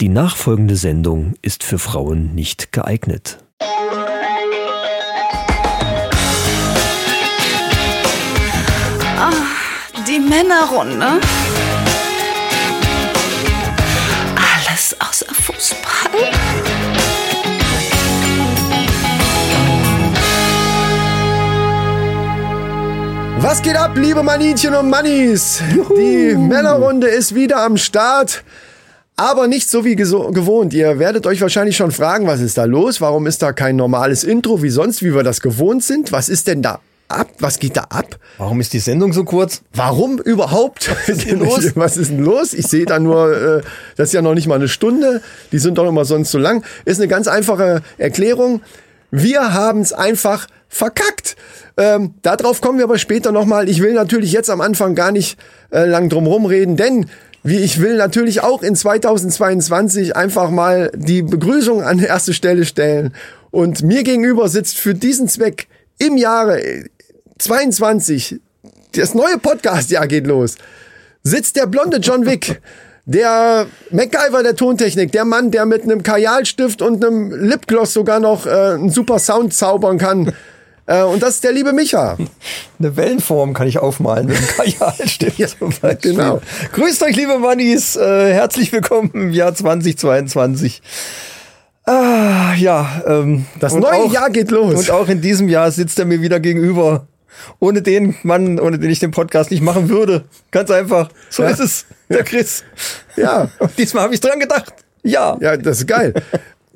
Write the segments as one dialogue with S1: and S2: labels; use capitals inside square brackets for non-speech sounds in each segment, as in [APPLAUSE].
S1: Die nachfolgende Sendung ist für Frauen nicht geeignet.
S2: Die Männerrunde. Alles außer Fußball.
S3: Was geht ab, liebe Maninchen und Mannis? Die Männerrunde ist wieder am Start. Aber nicht so wie geso- gewohnt. Ihr werdet euch wahrscheinlich schon fragen, was ist da los? Warum ist da kein normales Intro wie sonst, wie wir das gewohnt sind? Was ist denn da ab? Was geht da ab?
S4: Warum ist die Sendung so kurz?
S3: Warum überhaupt? Was [LAUGHS] ist denn los? Was ist denn los? Ich sehe da nur, äh, das ist ja noch nicht mal eine Stunde. Die sind doch immer sonst so lang. Ist eine ganz einfache Erklärung. Wir haben es einfach verkackt. Ähm, darauf kommen wir aber später nochmal. Ich will natürlich jetzt am Anfang gar nicht äh, lang drum rumreden, denn wie ich will natürlich auch in 2022 einfach mal die Begrüßung an erste Stelle stellen. Und mir gegenüber sitzt für diesen Zweck im Jahre äh, 22 das neue Podcast-Jahr geht los. Sitzt der blonde John Wick, der MacGyver der Tontechnik, der Mann, der mit einem Kajalstift und einem Lipgloss sogar noch äh, einen super Sound zaubern kann. Äh, und das ist der liebe Micha.
S4: Eine Wellenform kann ich aufmalen mit einem
S3: [LAUGHS]
S4: Kajalstift.
S3: Ja,
S4: zum Beispiel.
S3: genau.
S4: Grüßt euch, liebe Mannis. Äh, herzlich willkommen im Jahr 2022. Ah, ja. Ähm,
S3: Das
S4: und
S3: neue Jahr geht los.
S4: Und auch in diesem Jahr sitzt er mir wieder gegenüber. Ohne den Mann, ohne den ich den Podcast nicht machen würde. Ganz einfach. So
S3: Ja.
S4: ist es, der Chris.
S3: Ja.
S4: Und diesmal habe ich dran gedacht. Ja.
S3: Ja, das ist geil.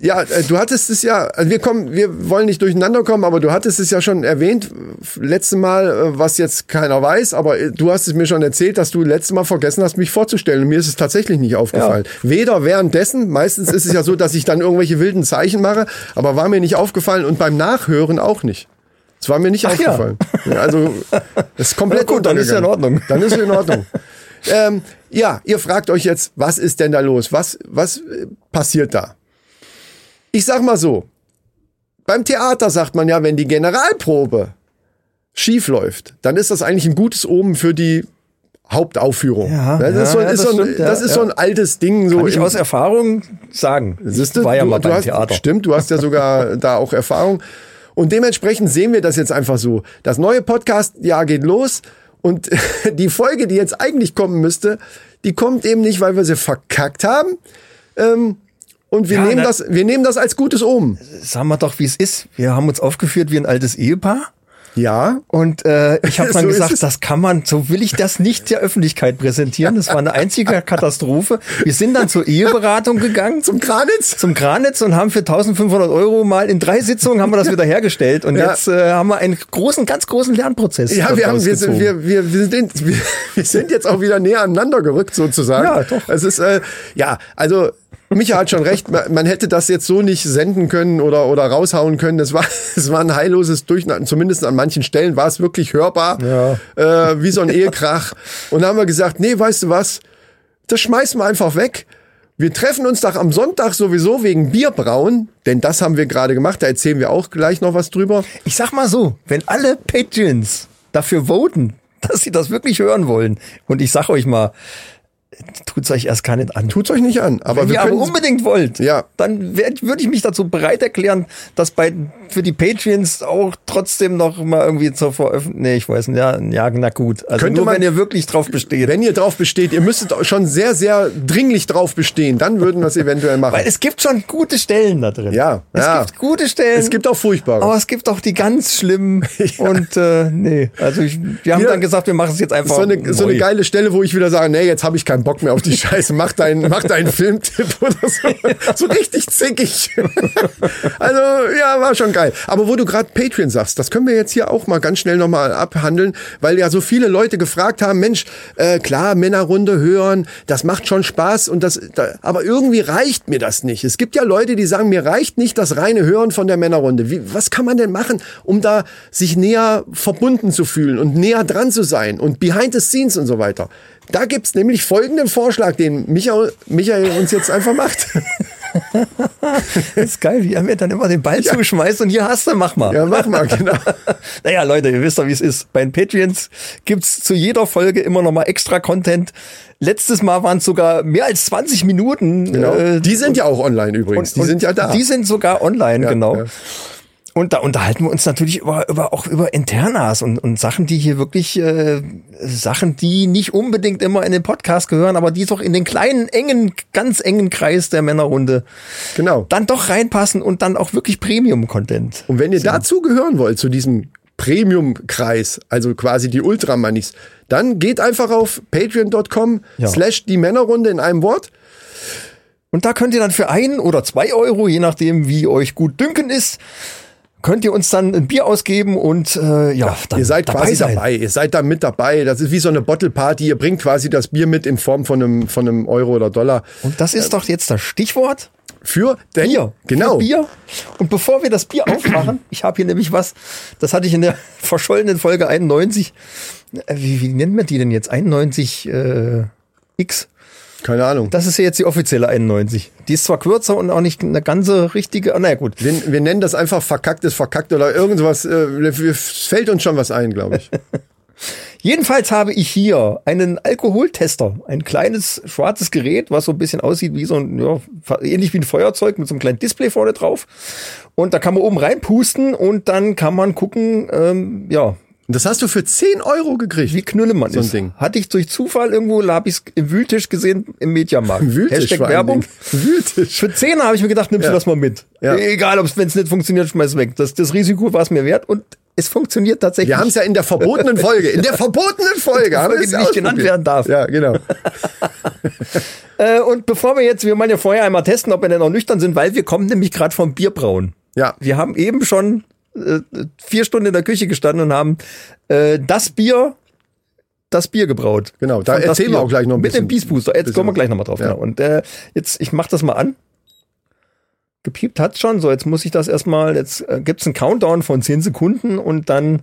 S3: Ja, äh, du hattest es ja, also wir kommen, wir wollen nicht durcheinander kommen, aber du hattest es ja schon erwähnt, äh, letzte Mal, äh, was jetzt keiner weiß, aber äh, du hast es mir schon erzählt, dass du letztes Mal vergessen hast, mich vorzustellen. Und mir ist es tatsächlich nicht aufgefallen. Weder währenddessen, meistens ist es ja so, dass ich dann irgendwelche wilden Zeichen mache, aber war mir nicht aufgefallen und beim Nachhören auch nicht. Es war mir nicht
S4: ja.
S3: aufgefallen. Also, es ist komplett
S4: Na gut, dann ist ja in
S3: untergegangen.
S4: Ordnung.
S3: Dann ist es in Ordnung. [LAUGHS] ähm, ja, ihr fragt euch jetzt, was ist denn da los? Was, was äh, passiert da? Ich sag mal so, beim Theater sagt man ja, wenn die Generalprobe schief läuft, dann ist das eigentlich ein gutes Omen für die Hauptaufführung. Ne,
S4: Ja,
S3: das ist, so,
S4: ja,
S3: ein-
S4: ja,
S3: ist,
S4: das
S3: so, ein,
S4: stimmt, ja,
S3: das ist
S4: ja.
S3: so ein altes Ding. So
S4: Kann ich
S3: im-
S4: aus Erfahrung sagen.
S3: Siehst
S4: ich
S3: du,
S4: war ja
S3: du,
S4: mal
S3: du
S4: beim
S3: hast,
S4: Theater.
S3: Stimmt, du hast ja
S4: [LAUGHS]
S3: sogar da auch Erfahrung. Und dementsprechend sehen wir das jetzt einfach so. Das neue Podcast-Jahr geht los und [LAUGHS] die Folge, die jetzt eigentlich kommen müsste, die kommt eben nicht, weil wir sie verkackt haben. Ähm, und wir,
S4: Ja,
S3: nehmen
S4: na-
S3: das, wir nehmen das als gutes um. Omen.
S4: sagen wir doch, wie es ist. Wir haben uns aufgeführt wie ein altes Ehepaar.
S3: Ja,
S4: Und äh, [LAUGHS] ich habe
S3: [LAUGHS]
S4: dann
S3: So ist es.
S4: gesagt, das kann man, so will ich das nicht der Öffentlichkeit präsentieren. Das war
S3: [LAUGHS]
S4: eine einzige Katastrophe. Wir sind dann zur Eheberatung gegangen,
S3: zum
S4: zum,
S3: Kranitz.
S4: zum Kranitz und haben für 1500 Euro mal in drei Sitzungen haben wir das wieder hergestellt. Und
S3: Ja.
S4: jetzt äh, haben wir einen großen, ganz großen Lernprozess.
S3: Ja, wir, haben, wir, sind,
S4: gezogen.
S3: wir, wir, wir, sind, in- wir, [LAUGHS] wir sind jetzt auch wieder näher aneinander gerückt, sozusagen.
S4: Ja, doch.
S3: Es ist, äh, ja, also Micha hat schon recht, man, man hätte das jetzt so nicht senden können oder, oder raushauen können. Das war, [LAUGHS] es war ein heilloses Durcheinander, zumindest an manchen Stellen war es wirklich hörbar, äh, wie so ein Ehekrach. Und da haben wir gesagt, nee, weißt du was, das schmeißen wir einfach weg. Wir treffen uns doch am Sonntag sowieso wegen Bierbrauen, denn das haben wir gerade gemacht, da erzählen wir auch gleich noch was drüber.
S4: Ich sag mal so, wenn alle Patreons dafür voten, dass sie das wirklich hören wollen, und ich sag euch mal, tut's euch erst gar nicht an.
S3: Tut's euch nicht an, aber
S4: Wenn
S3: wir
S4: ihr aber
S3: können
S4: unbedingt wollt,
S3: Ja.
S4: dann würde ich mich dazu bereit erklären, das bei, für die Patreons auch trotzdem noch mal irgendwie zur Veröffentlichung. Nee, ich weiß nicht. Ja, ja, na gut. Also
S3: Könnte
S4: nur
S3: man-
S4: wenn ihr wirklich drauf besteht.
S3: Wenn ihr drauf besteht, ihr müsstet auch schon sehr, sehr dringlich drauf bestehen, dann würden wir es eventuell machen.
S4: Weil es gibt schon gute Stellen da drin.
S3: Ja,
S4: Es
S3: ja.
S4: gibt gute Stellen.
S3: Es gibt auch furchtbare.
S4: Aber es gibt auch die ganz schlimmen.
S3: [LAUGHS]
S4: Und äh, nee, also ich, wir haben
S3: Ja.
S4: dann gesagt, wir machen es jetzt einfach
S3: So eine, so eine
S4: neu.
S3: geile Stelle, wo ich wieder sage, nee, jetzt habe ich keinen Bock mehr auf die [LAUGHS] Scheiße. Mach deinen, mach deinen Filmtipp [LAUGHS] oder so. So richtig zickig. [LAUGHS] Also, ja, war schon geil. Aber wo du gerade Patreon sagst, das können wir jetzt hier auch mal ganz schnell nochmal abhandeln, weil ja so viele Leute gefragt haben, Mensch, äh, klar, Männerrunde hören, das macht schon Spaß und das, da, aber irgendwie reicht mir das nicht. Es gibt ja Leute, die sagen, mir reicht nicht das reine Hören von der Männerrunde. Wie, was kann man denn machen, um da sich näher verbunden zu fühlen und näher dran zu sein und behind the scenes und so
S4: [LAUGHS]
S3: weiter? Da gibt's nämlich folgenden Vorschlag, den Michael, Michael uns jetzt einfach macht.
S4: [LAUGHS] Das ist geil, wie er mir dann immer den Ball zuschmeißt und hier hast du, mach mal.
S3: Ja, mach mal, genau.
S4: [LAUGHS] Naja, Leute, ihr wisst doch, wie es ist. Bei den Patreons gibt's zu jeder Folge immer nochmal extra Content. Letztes Mal waren es sogar mehr als 20 Minuten.
S3: genau.
S4: äh,
S3: Die sind ja auch online übrigens. Die
S4: und
S3: sind ja da.
S4: Die sind sogar online,
S3: Ja,
S4: genau.
S3: ja.
S4: Und da unterhalten wir uns natürlich über, über auch über Internas und, und Sachen, die hier wirklich äh, Sachen, die nicht unbedingt immer in den Podcast gehören, aber die doch in den kleinen, engen, ganz engen Kreis der Männerrunde
S3: Genau.
S4: dann doch reinpassen und dann auch wirklich Premium-Content.
S3: Und wenn ihr dazu gehören wollt, zu diesem Premium-Kreis, also quasi die Ultramannies, dann geht einfach auf patreon.com
S4: Ja.
S3: slash die Männerrunde in einem Wort.
S4: Und da könnt ihr dann für ein oder zwei Euro, je nachdem, wie euch gut dünken ist, könnt ihr uns dann ein Bier ausgeben und äh, ja, dann
S3: Ihr seid quasi dabei. Ihr seid da mit dabei. Das ist wie so eine Bottle Party. Ihr bringt quasi das Bier mit in Form von einem, von einem Euro oder Dollar.
S4: Und das ist doch jetzt das Stichwort.
S3: Für denn,
S4: Bier.
S3: Genau.
S4: Für Bier. Und bevor wir das Bier
S3: [CLEARS THROAT]
S4: aufmachen, ich habe hier nämlich was, das hatte ich in der [LAUGHS] verschollenen Folge 91. äh, Wie, wie nennt man die denn jetzt? 91 äh, X.
S3: Keine Ahnung.
S4: Das ist ja jetzt die offizielle 91. Die ist zwar kürzer und auch nicht eine ganze richtige, naja gut.
S3: Wir, wir nennen das einfach verkacktes Verkackt oder irgendwas. Äh, wir- wir- es fällt uns schon was ein, glaube
S4: [LAUGHS]
S3: ich.
S4: Jedenfalls habe ich hier einen Alkoholtester, ein kleines schwarzes Gerät, was so ein bisschen aussieht wie so ein, ja, ähnlich wie ein Feuerzeug mit so einem kleinen Display vorne drauf. Und da kann man oben reinpusten und dann kann man gucken, ähm, ja,
S3: Und das hast du für 10 Euro gekriegt.
S4: wie knülle man
S3: So ein
S4: ist.
S3: Ding.
S4: Hatte ich durch Zufall irgendwo, da habe ich im Wühltisch gesehen im Mediamarkt. Hashtag
S3: vor allen
S4: Werbung.
S3: Dingen. [LAUGHS] Wühltisch.
S4: Für 10 habe ich mir gedacht, nimmst
S3: Ja.
S4: du das mal mit.
S3: Ja.
S4: Egal, wenn es nicht funktioniert, schmeiß weg. Das, das Risiko war es mir wert und es funktioniert tatsächlich.
S3: Wir haben es ja in der verbotenen Folge. In der verbotenen Folge haben wir
S4: Folge,
S3: es
S4: die nicht genannt
S3: ausprobiert.
S4: werden darf.
S3: Ja, genau.
S4: Äh, und bevor wir jetzt, wir wollen ja vorher einmal testen, ob wir denn noch nüchtern sind, weil wir kommen nämlich gerade vom Bierbrauen.
S3: Ja.
S4: Wir haben eben schon äh, vier Stunden in der Küche gestanden und haben äh, das Bier, das Bier gebraut.
S3: Genau, da
S4: Und das
S3: erzählen wir
S4: Bier.
S3: auch gleich noch ein
S4: Mit
S3: bisschen-
S4: dem Biesbooster, jetzt
S3: bisschen
S4: kommen wir
S3: was.
S4: gleich nochmal drauf.
S3: Ja.
S4: Genau. Und äh, jetzt, ich mache das mal an. Gepiept hat's schon, so jetzt muss ich das erstmal, jetzt äh, gibt's einen Countdown von 10 Sekunden und dann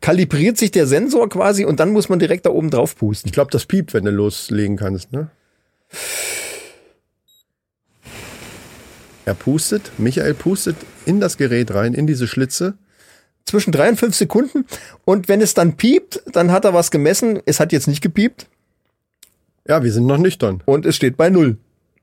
S4: kalibriert sich der Sensor quasi und dann muss man direkt da oben drauf pusten.
S3: Ich glaube, das piept, wenn du loslegen kannst. Ne? Er pustet, Michael pustet in das Gerät rein, in diese Schlitze.
S4: zwischen drei und fünf Sekunden. Und wenn es dann piept, dann hat er was gemessen. Es hat jetzt nicht gepiept
S3: Ja, wir sind noch nüchtern.
S4: und es steht bei null.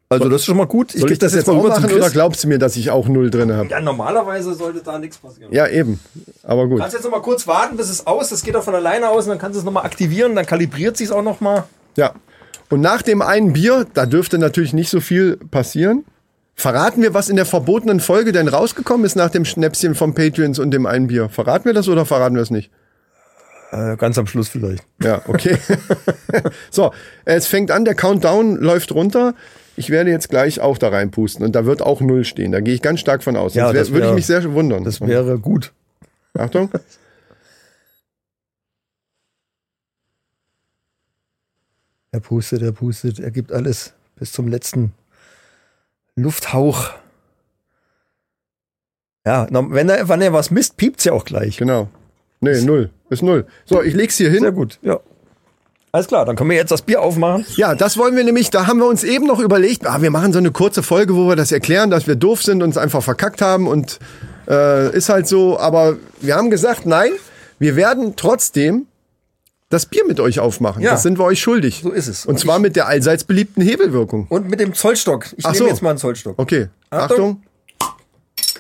S4: Also das ist schon mal gut.
S3: Soll ich,
S4: geb
S3: das, jetzt
S4: mal
S3: auch machen
S4: Chris.
S3: oder glaubst du mir, dass ich auch null drin habe?
S4: Ja, normalerweise sollte da nichts passieren.
S3: Ja, eben. Aber gut.
S4: Kannst jetzt noch mal kurz warten, bis es aus. Das geht auch von alleine aus und dann kannst du es noch mal aktivieren. Dann kalibriert sich es auch noch mal.
S3: Ja. Und nach dem einen Bier, da dürfte natürlich nicht so viel passieren. Verraten wir, was in der verbotenen Folge denn rausgekommen ist nach dem Schnäpschen von Patreons und dem einen Bier? Verraten wir das oder verraten wir es nicht?
S4: Äh, ganz am Schluss vielleicht.
S3: Ja, okay. [LAUGHS] so, es fängt an, der Countdown läuft runter. Ich werde jetzt gleich auch da reinpusten und da wird auch Null stehen. Da gehe ich ganz stark von aus.
S4: Ja,
S3: Sonst wär,
S4: das wär-
S3: würde ich mich sehr wundern.
S4: Das wäre gut.
S3: Achtung.
S4: Er pustet, er pustet, er gibt alles bis zum letzten Lufthauch. Ja, na, wenn er, wann er was misst, piept's ja auch gleich.
S3: Genau. Nee, Null. Ist Null. So, ich leg's hier hin.
S4: Sehr gut, ja. Alles klar, dann können wir jetzt das Bier aufmachen.
S3: Ja, das wollen wir nämlich, da haben wir uns eben noch überlegt, ah, wir machen so eine kurze Folge, wo wir das erklären, dass wir doof sind, uns einfach verkackt haben und äh, ist halt so. Aber wir haben gesagt, nein, wir werden trotzdem das Bier mit euch aufmachen.
S4: Ja.
S3: Das sind wir euch schuldig.
S4: So ist es.
S3: Und zwar mit der allseits beliebten Hebelwirkung.
S4: Und mit dem Zollstock. Ich
S3: Ach
S4: nehme
S3: so.
S4: jetzt mal einen Zollstock.
S3: Okay, Achtung.
S4: Achtung. Ah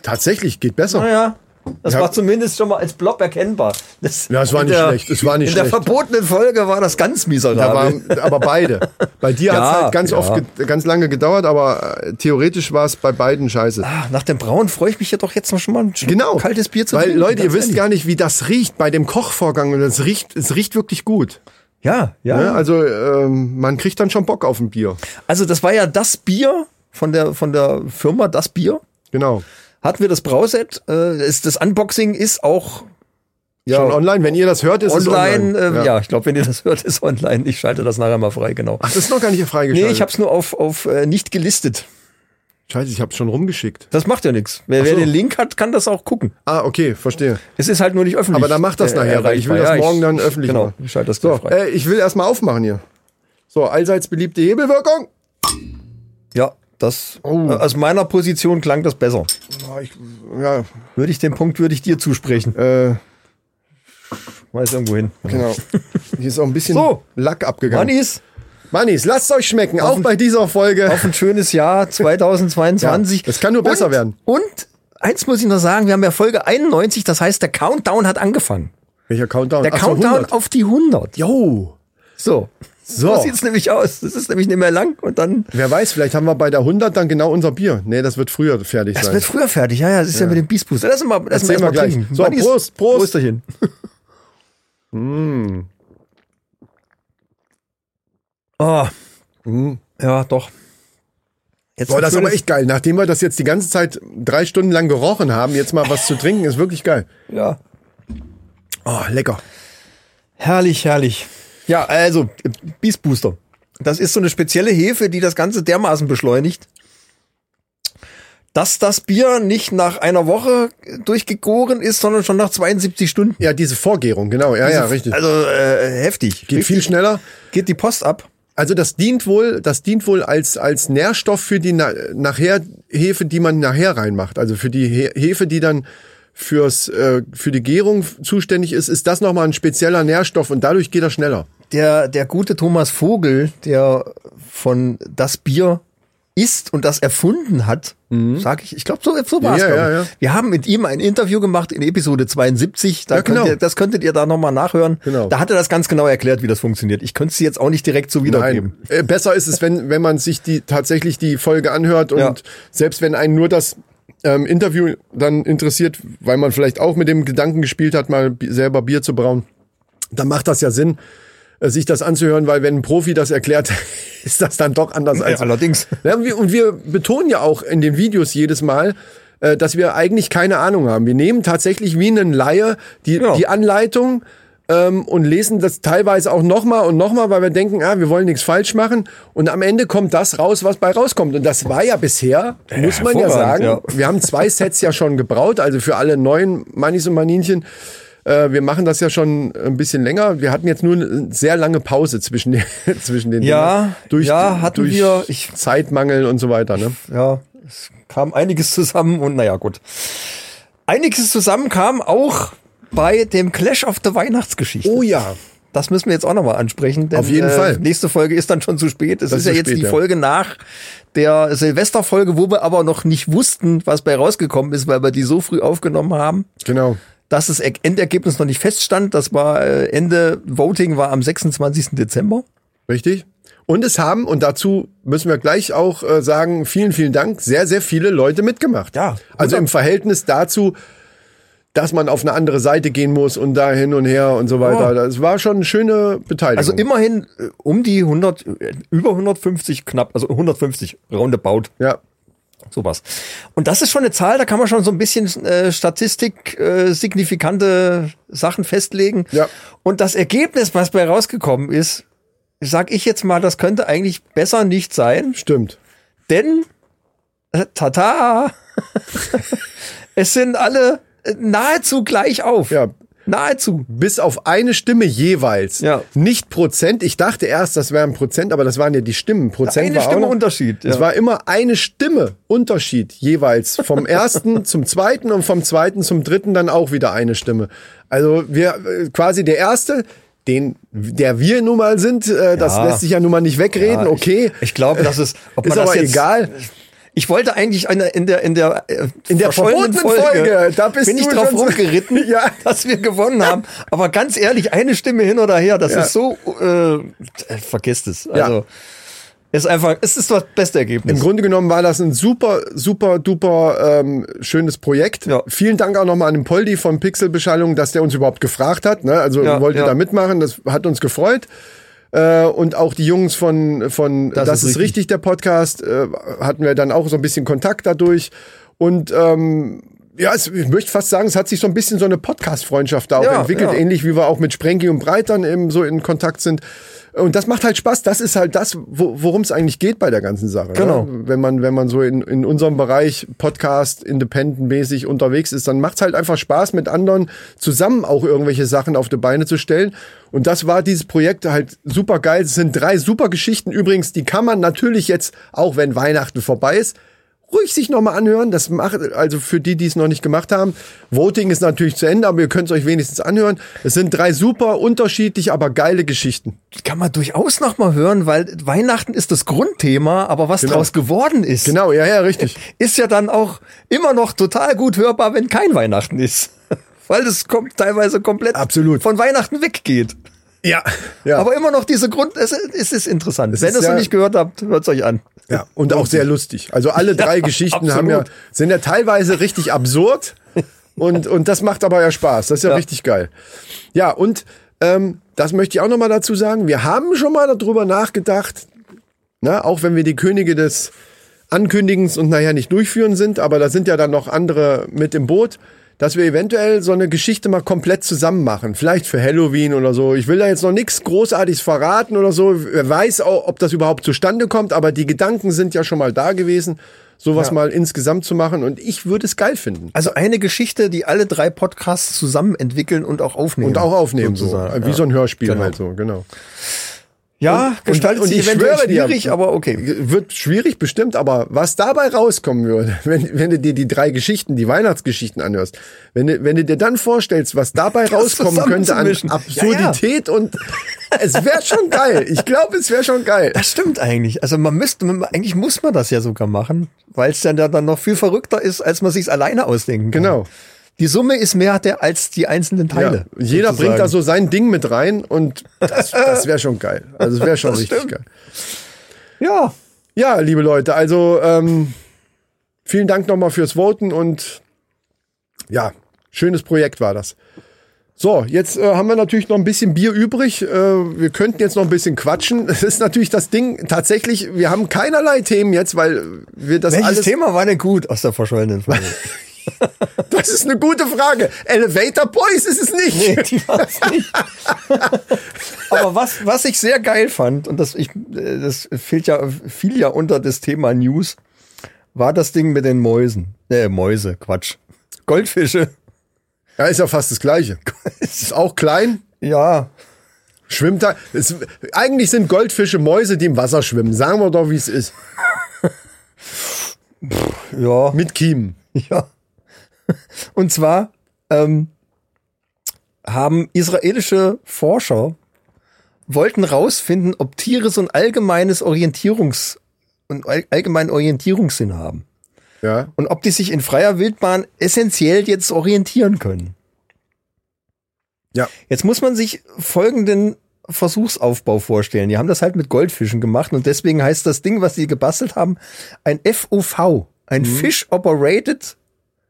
S3: Tatsächlich, geht besser.
S4: Naja, das
S3: Ja.
S4: war zumindest schon mal als Blob erkennbar. Das,
S3: Ja, es war
S4: in
S3: nicht schlecht, es war nicht
S4: in
S3: schlecht.
S4: der verbotenen Folge war das ganz
S3: Da
S4: miserabel.
S3: waren, aber beide. Bei dir hat's
S4: [LAUGHS] Ja,
S3: halt ganz
S4: ja.
S3: oft, ge- ganz lange gedauert, aber äh, theoretisch war es bei beiden scheiße.
S4: Ah, Nach dem Brauen freue ich mich ja doch jetzt noch schon mal ein Schluck
S3: Genau.
S4: kaltes Bier zu
S3: Weil,
S4: trinken.
S3: Leute, ihr
S4: ganz
S3: wisst
S4: ehrlich.
S3: gar nicht, wie das riecht bei dem Kochvorgang. Und es riecht, es riecht wirklich gut.
S4: Ja, ja.
S3: Ne? Also ähm, man kriegt dann schon Bock auf ein Bier.
S4: Also das war ja das Bier von der, von der Firma, das Bier.
S3: Genau.
S4: Hatten wir das Brauset. Äh, ist- das Unboxing ist auch
S3: Ja. Schon online. Wenn ihr das hört, ist
S4: online.
S3: es online.
S4: äh, ja. ich glaube, wenn ihr das hört, ist online. Ich schalte das nachher mal frei, genau.
S3: Ach, das ist noch gar nicht hier freigeschaltet.
S4: Nee, ich hab's nur auf, auf äh, nicht gelistet.
S3: Scheiße, ich hab's schon rumgeschickt.
S4: Das macht ja nichts. Wer,
S3: Ach
S4: wer
S3: so.
S4: den Link hat, kann das auch gucken.
S3: Ah, okay, verstehe.
S4: Es ist halt nur nicht öffentlich.
S3: Aber dann macht das
S4: äh,
S3: nachher, weil ich will
S4: erreichbar.
S3: das
S4: Ja,
S3: morgen
S4: ich-
S3: dann öffentlich
S4: Genau,
S3: machen.
S4: ich schalte das
S3: So,
S4: gleich frei.
S3: äh, ich will erstmal aufmachen hier. So, allseits beliebte Hebelwirkung.
S4: ja, Das, äh, aus meiner Position klang das besser.
S3: Ja, ich, ja,
S4: Würde ich den Punkt, würde ich dir zusprechen.
S3: äh,
S4: Weiß irgendwo hin.
S3: [LAUGHS] genau. Hier ist auch ein bisschen
S4: So.
S3: Lack abgegangen.
S4: Mannis,
S3: Mannis, lasst euch schmecken, auch bei dieser Folge.
S4: auf ein
S3: [LAUGHS]
S4: schönes Jahr 2022.
S3: Ja, das kann nur besser
S4: und,
S3: werden.
S4: Und eins muss ich noch sagen, wir haben ja Folge 91, das heißt, der Countdown hat angefangen.
S3: Welcher Countdown?
S4: Der
S3: Ach so,
S4: Countdown
S3: 100.
S4: auf die 100.
S3: Jo.
S4: So. So,
S3: So.
S4: sieht's nämlich aus. Das ist nämlich nicht mehr lang und dann
S3: Wer weiß, vielleicht haben wir bei der 100 dann genau unser Bier. Nee, das wird früher fertig
S4: Das
S3: sein.
S4: wird früher fertig. Ja, ja, das ist ja, mit dem Beast Boost. Lass uns mal, lass uns
S3: sehen wir
S4: erstmal
S3: gleich.
S4: trinken.
S3: So,
S4: Mannis,
S3: Prost, Prost.
S4: [LAUGHS] Prosterchen. Mm. Oh. Ja, doch. Jetzt
S3: Boah, das ist
S4: ein
S3: aber
S4: schönes-
S3: echt geil. Nachdem wir das jetzt die ganze Zeit drei Stunden lang gerochen haben, jetzt mal was zu trinken, ist wirklich geil.
S4: Ja.
S3: Oh, lecker.
S4: Herrlich, herrlich. Ja, also, Beast Booster. Das ist so eine spezielle Hefe, die das Ganze dermaßen beschleunigt, dass das Bier nicht nach einer Woche durchgegoren ist, sondern schon nach 72 Stunden.
S3: Ja, diese Vorgärung, genau. Ja, ja, richtig.
S4: Also äh, heftig.
S3: Geht viel schneller.
S4: Geht die Post ab.
S3: Also das dient wohl, das dient wohl als als Nährstoff für die na nachher Hefe, die man nachher reinmacht. Also für die He Hefe, die dann fürs äh, für die Gärung f- zuständig ist, ist das nochmal ein spezieller Nährstoff und dadurch geht er schneller.
S4: der, der gute Thomas Vogel, der von das Bier ist und das erfunden hat, sag ich, ich glaube, so, so war es.
S3: Mhm. Ja,
S4: glaub
S3: ja,
S4: ich.
S3: ja.
S4: Wir haben mit ihm ein Interview gemacht in Episode 72. Da
S3: Ja, genau.
S4: könnt ihr, das könntet ihr da nochmal nachhören.
S3: Genau.
S4: Da hat er das ganz genau erklärt, wie das funktioniert. Ich könnte es jetzt auch nicht direkt so wiedergeben.
S3: Nein, äh, besser ist es, wenn wenn man sich die tatsächlich die Folge anhört und
S4: Ja.
S3: selbst wenn einen nur das ähm, Interview dann interessiert, weil man vielleicht auch mit dem Gedanken gespielt hat, mal bi- selber Bier zu brauen, dann macht das ja Sinn, äh, sich das anzuhören, weil wenn ein Profi das erklärt, [LAUGHS] ist das dann doch anders als
S4: Ja, allerdings.
S3: Ja, und wir- und wir betonen ja auch in den Videos jedes Mal, äh, dass wir eigentlich keine Ahnung haben. Wir nehmen tatsächlich wie einen Laie die,
S4: Ja.
S3: die Anleitung ähm, und lesen das teilweise auch nochmal und nochmal, weil wir denken, ah, wir wollen nichts falsch machen. Und am Ende kommt das raus, was bei rauskommt. Und das war ja bisher, muss man ja
S4: hervorragend,
S3: sagen,
S4: ja.
S3: wir haben zwei Sets ja schon gebraut, also für alle neuen Mannis und Maninchen. Äh, wir machen das ja schon ein bisschen länger. Wir hatten jetzt nur eine sehr lange Pause zwischen den, [LAUGHS] zwischen den
S4: Ja,
S3: Dingern.
S4: ja, hatten
S3: durch
S4: wir. Ich-
S3: Zeitmangel und so weiter. Ne?
S4: ja, es kam einiges zusammen und naja, gut. Einiges zusammen kam auch bei dem Clash of the Weihnachtsgeschichte.
S3: Oh ja.
S4: Das müssen wir jetzt auch nochmal ansprechen. Denn, äh,
S3: Auf jeden Fall.
S4: Nächste Folge ist dann schon zu spät. Es
S3: Das
S4: ist,
S3: ist
S4: ja
S3: zu
S4: jetzt
S3: spät,
S4: die
S3: ja.
S4: Folge nach der Silvesterfolge, wo wir aber noch nicht wussten, was bei rausgekommen ist, weil wir die so früh aufgenommen haben,
S3: Genau.
S4: dass das E- Endergebnis noch nicht feststand. Das war äh, Ende Voting war am 26. Dezember.
S3: Richtig. Und es haben, und dazu müssen wir gleich auch äh, sagen, vielen, vielen Dank, sehr, sehr viele Leute mitgemacht.
S4: Ja.
S3: Also im Verhältnis dazu, dass man auf eine andere Seite gehen muss und da hin und her und so weiter.
S4: Ja.
S3: Das war schon eine schöne Beteiligung.
S4: Also immerhin äh, um die 100, äh, über 150 knapp, also 150 roundabout
S3: Ja.
S4: sowas. Und das ist schon eine Zahl, da kann man schon so ein bisschen äh, Statistik, äh, signifikante Sachen festlegen.
S3: Ja.
S4: Und das Ergebnis, was bei rausgekommen ist, sag ich jetzt mal, das könnte eigentlich besser nicht sein,
S3: Stimmt.
S4: denn äh, tata, [LAUGHS] es sind alle äh, nahezu gleich auf.
S3: Ja.
S4: Nahezu.
S3: Bis auf eine Stimme jeweils.
S4: Ja.
S3: Nicht Prozent. Ich dachte erst, das wären Prozent, aber das waren ja die Stimmen. Prozent
S4: Eine
S3: war auch
S4: Stimme
S3: noch-
S4: Unterschied.
S3: Es war immer eine Stimme Unterschied jeweils
S4: [LAUGHS]
S3: vom ersten zum zweiten und vom zweiten zum dritten dann auch wieder eine Stimme. Also wir äh, quasi der erste, den der wir nun mal sind, äh, das
S4: Ja.
S3: lässt sich ja nun mal nicht wegreden.
S4: Ja, ich-
S3: okay,
S4: Ich glaube, das ist, ob
S3: ist
S4: man das
S3: aber
S4: jetzt,
S3: egal.
S4: Ich wollte eigentlich eine, in der in der äh,
S3: In der
S4: verschollenen
S3: verbotenen Folge, da bist
S4: bin ich
S3: du
S4: drauf
S3: schon so- [LAUGHS]
S4: rumgeritten,
S3: Ja.
S4: dass wir gewonnen haben. Aber ganz ehrlich, eine Stimme hin oder her, das
S3: Ja.
S4: ist so äh, äh, vergesst es. Also ist einfach, es ist das beste
S3: Im
S4: Ergebnis.
S3: Grunde genommen war das ein super, super, duper ähm, schönes Projekt.
S4: Ja.
S3: Vielen Dank auch nochmal an den Poldi von Pixelbeschallung, dass der uns überhaupt gefragt hat. Ne? Also
S4: Ja,
S3: wollte
S4: ja.
S3: da mitmachen, das hat uns gefreut. Äh, und auch die Jungs von, von Das, ist, richtig. der Podcast, äh, hatten wir dann auch so ein bisschen Kontakt dadurch. Und ähm, ja, es, ich möchte fast sagen, es hat sich so ein bisschen so eine Podcast-Freundschaft da auch
S4: Ja,
S3: entwickelt,
S4: ja.
S3: ähnlich wie wir auch mit Sprengi und Breitern eben so in Kontakt sind. Und das macht halt Spaß. Das ist halt das, wo, worum es eigentlich geht bei der ganzen Sache.
S4: Genau.
S3: Ne? Wenn man, wenn man so in, in unserem Bereich Podcast, Independent-mäßig unterwegs ist, dann macht's halt einfach Spaß, mit anderen zusammen auch irgendwelche Sachen auf die Beine zu stellen. Und das war dieses Projekt halt super geil. Es sind drei super Geschichten. Übrigens, die kann man natürlich jetzt, auch wenn Weihnachten vorbei ist, ruhig sich nochmal anhören. Das macht, also für die, die es noch nicht gemacht haben, Voting ist natürlich zu Ende, aber ihr könnt es euch wenigstens anhören. Es sind drei super unterschiedliche, aber geile Geschichten.
S4: Die kann man durchaus nochmal hören, weil Weihnachten ist das Grundthema, aber was draus geworden ist,
S3: Genau, ja, ja, richtig.
S4: [LAUGHS] ist ja dann auch immer noch total gut hörbar, wenn kein Weihnachten ist. [LAUGHS] Weil es kommt teilweise komplett
S3: Absolut.
S4: von Weihnachten weggeht.
S3: Ja. ja.
S4: Aber immer noch diese Grund, es, es ist interessant.
S3: Es
S4: wenn
S3: ist
S4: ihr es noch
S3: ja-
S4: nicht gehört habt, hört es euch an.
S3: ja. Und auch sehr lustig. Also
S4: [LAUGHS]
S3: alle drei Geschichten haben ja,
S4: absolut.
S3: sind ja teilweise richtig absurd. Und, und das macht aber ja Spaß. Das ist ja,
S4: Ja.
S3: richtig geil. Ja, und ähm, das möchte ich auch nochmal dazu sagen. Wir haben schon mal darüber nachgedacht, ne, auch wenn wir die Könige des Ankündigens und nachher nicht durchführen sind, aber da sind ja dann noch andere mit im Boot, dass wir eventuell so eine Geschichte mal komplett zusammen machen. Vielleicht für Halloween oder so. Ich will da jetzt noch nichts Großartiges verraten oder so. Wer weiß auch, ob das überhaupt zustande kommt, aber die Gedanken sind ja schon mal da gewesen, sowas mal insgesamt zu machen. Und ich würde es geil finden.
S4: Also eine Geschichte, die alle drei Podcasts zusammen entwickeln und auch aufnehmen.
S3: Und auch aufnehmen, so.
S4: sozusagen,
S3: Wie
S4: ja.
S3: so ein Hörspiel
S4: Genau.
S3: halt so, genau.
S4: Ja,
S3: Und-
S4: Ah, gestaltet
S3: und
S4: sich
S3: ich
S4: eventuell
S3: schwöre dir-
S4: schwierig, aber okay.
S3: Wird schwierig bestimmt, aber was dabei rauskommen würde, [LAUGHS] wenn, wenn du dir die drei Geschichten, die Weihnachtsgeschichten anhörst, wenn du, wenn du dir dann vorstellst, was dabei rauskommen könnte an
S4: zusammenzumischen.
S3: Absurdität und es wäre schon geil. Ich glaube, es wäre schon geil.
S4: Das stimmt eigentlich. Also man müsste, man, eigentlich muss man das ja sogar machen, weil es dann ja dann noch viel verrückter ist, als man sich alleine ausdenken kann.
S3: Genau.
S4: Die Summe ist mehr der als die einzelnen Teile.
S3: Ja, jeder
S4: sozusagen.
S3: bringt da so sein Ding mit rein und das, das wäre schon geil. Also es wäre schon
S4: Das
S3: richtig
S4: stimmt.
S3: geil.
S4: Ja,
S3: Ja, liebe Leute, also ähm, vielen Dank nochmal fürs Voten und ja, schönes Projekt war das. So, jetzt äh, haben wir natürlich noch ein bisschen Bier übrig. Äh, wir könnten jetzt noch ein bisschen quatschen. [LAUGHS] Es ist natürlich das Ding, tatsächlich, wir haben keinerlei Themen jetzt, weil wir das
S4: welches
S3: alles...
S4: Thema war denn gut aus der verschollenen Folge?
S3: [LAUGHS] Das ist eine gute Frage. Elevator Boys ist es nicht.
S4: Nee, die war es nicht. Aber was, was ich sehr geil fand, und das, ich, äh, das fehlt ja, fiel ja unter das Thema News, war das Ding mit den Mäusen. Äh, Mäuse, Quatsch. Goldfische.
S3: Ja, ist ja fast das
S4: [LAUGHS]
S3: Gleiche. Ist auch klein,
S4: Ja.
S3: schwimmt da... Es, eigentlich sind Goldfische Mäuse, die im Wasser schwimmen. Sagen wir doch, wie es ist.
S4: Ja.
S3: Mit Kiemen.
S4: Ja. Und zwar ähm, haben israelische Forscher wollten rausfinden, ob Tiere so ein allgemeines Orientierungs und allgemeinen Orientierungssinn haben
S3: Ja.
S4: und ob die sich in freier Wildbahn essentiell jetzt orientieren können.
S3: Ja.
S4: Jetzt muss man sich folgenden Versuchsaufbau vorstellen. Die haben das halt mit Goldfischen gemacht und deswegen heißt das Ding, was die gebastelt haben, ein FOV, ein Fish Operated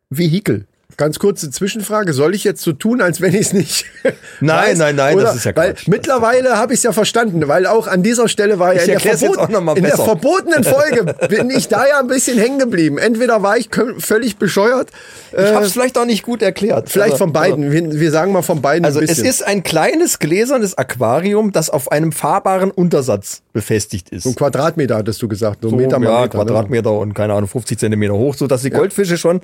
S4: Vehicle.
S3: Ganz kurze Zwischenfrage, soll ich jetzt so tun, als wenn ich es nicht [LAUGHS]
S4: Nein,
S3: weiß?
S4: nein, nein,
S3: Oder,
S4: das ist ja
S3: weil
S4: Quatsch.
S3: Mittlerweile habe ich es ja verstanden, weil auch an dieser Stelle war ja
S4: Ich
S3: in, der,
S4: erklär's jetzt auch noch mal
S3: in der
S4: besser.
S3: verbotenen Folge
S4: [LAUGHS]
S3: bin ich da ja ein bisschen hängen geblieben. Entweder war ich kö- völlig bescheuert,
S4: Ich
S3: äh,
S4: hab's vielleicht auch nicht gut erklärt.
S3: vielleicht
S4: Also,
S3: von beiden, wir, wir sagen mal von beiden
S4: Also
S3: ein
S4: es
S3: bisschen.
S4: ist ein kleines gläsernes Aquarium, das auf einem fahrbaren Untersatz befestigt ist.
S3: so ein Quadratmeter hattest du gesagt, so, Meter mal Meter.
S4: ja,
S3: Ne?
S4: Quadratmeter und keine Ahnung, 50 Zentimeter hoch, so dass die Goldfische schon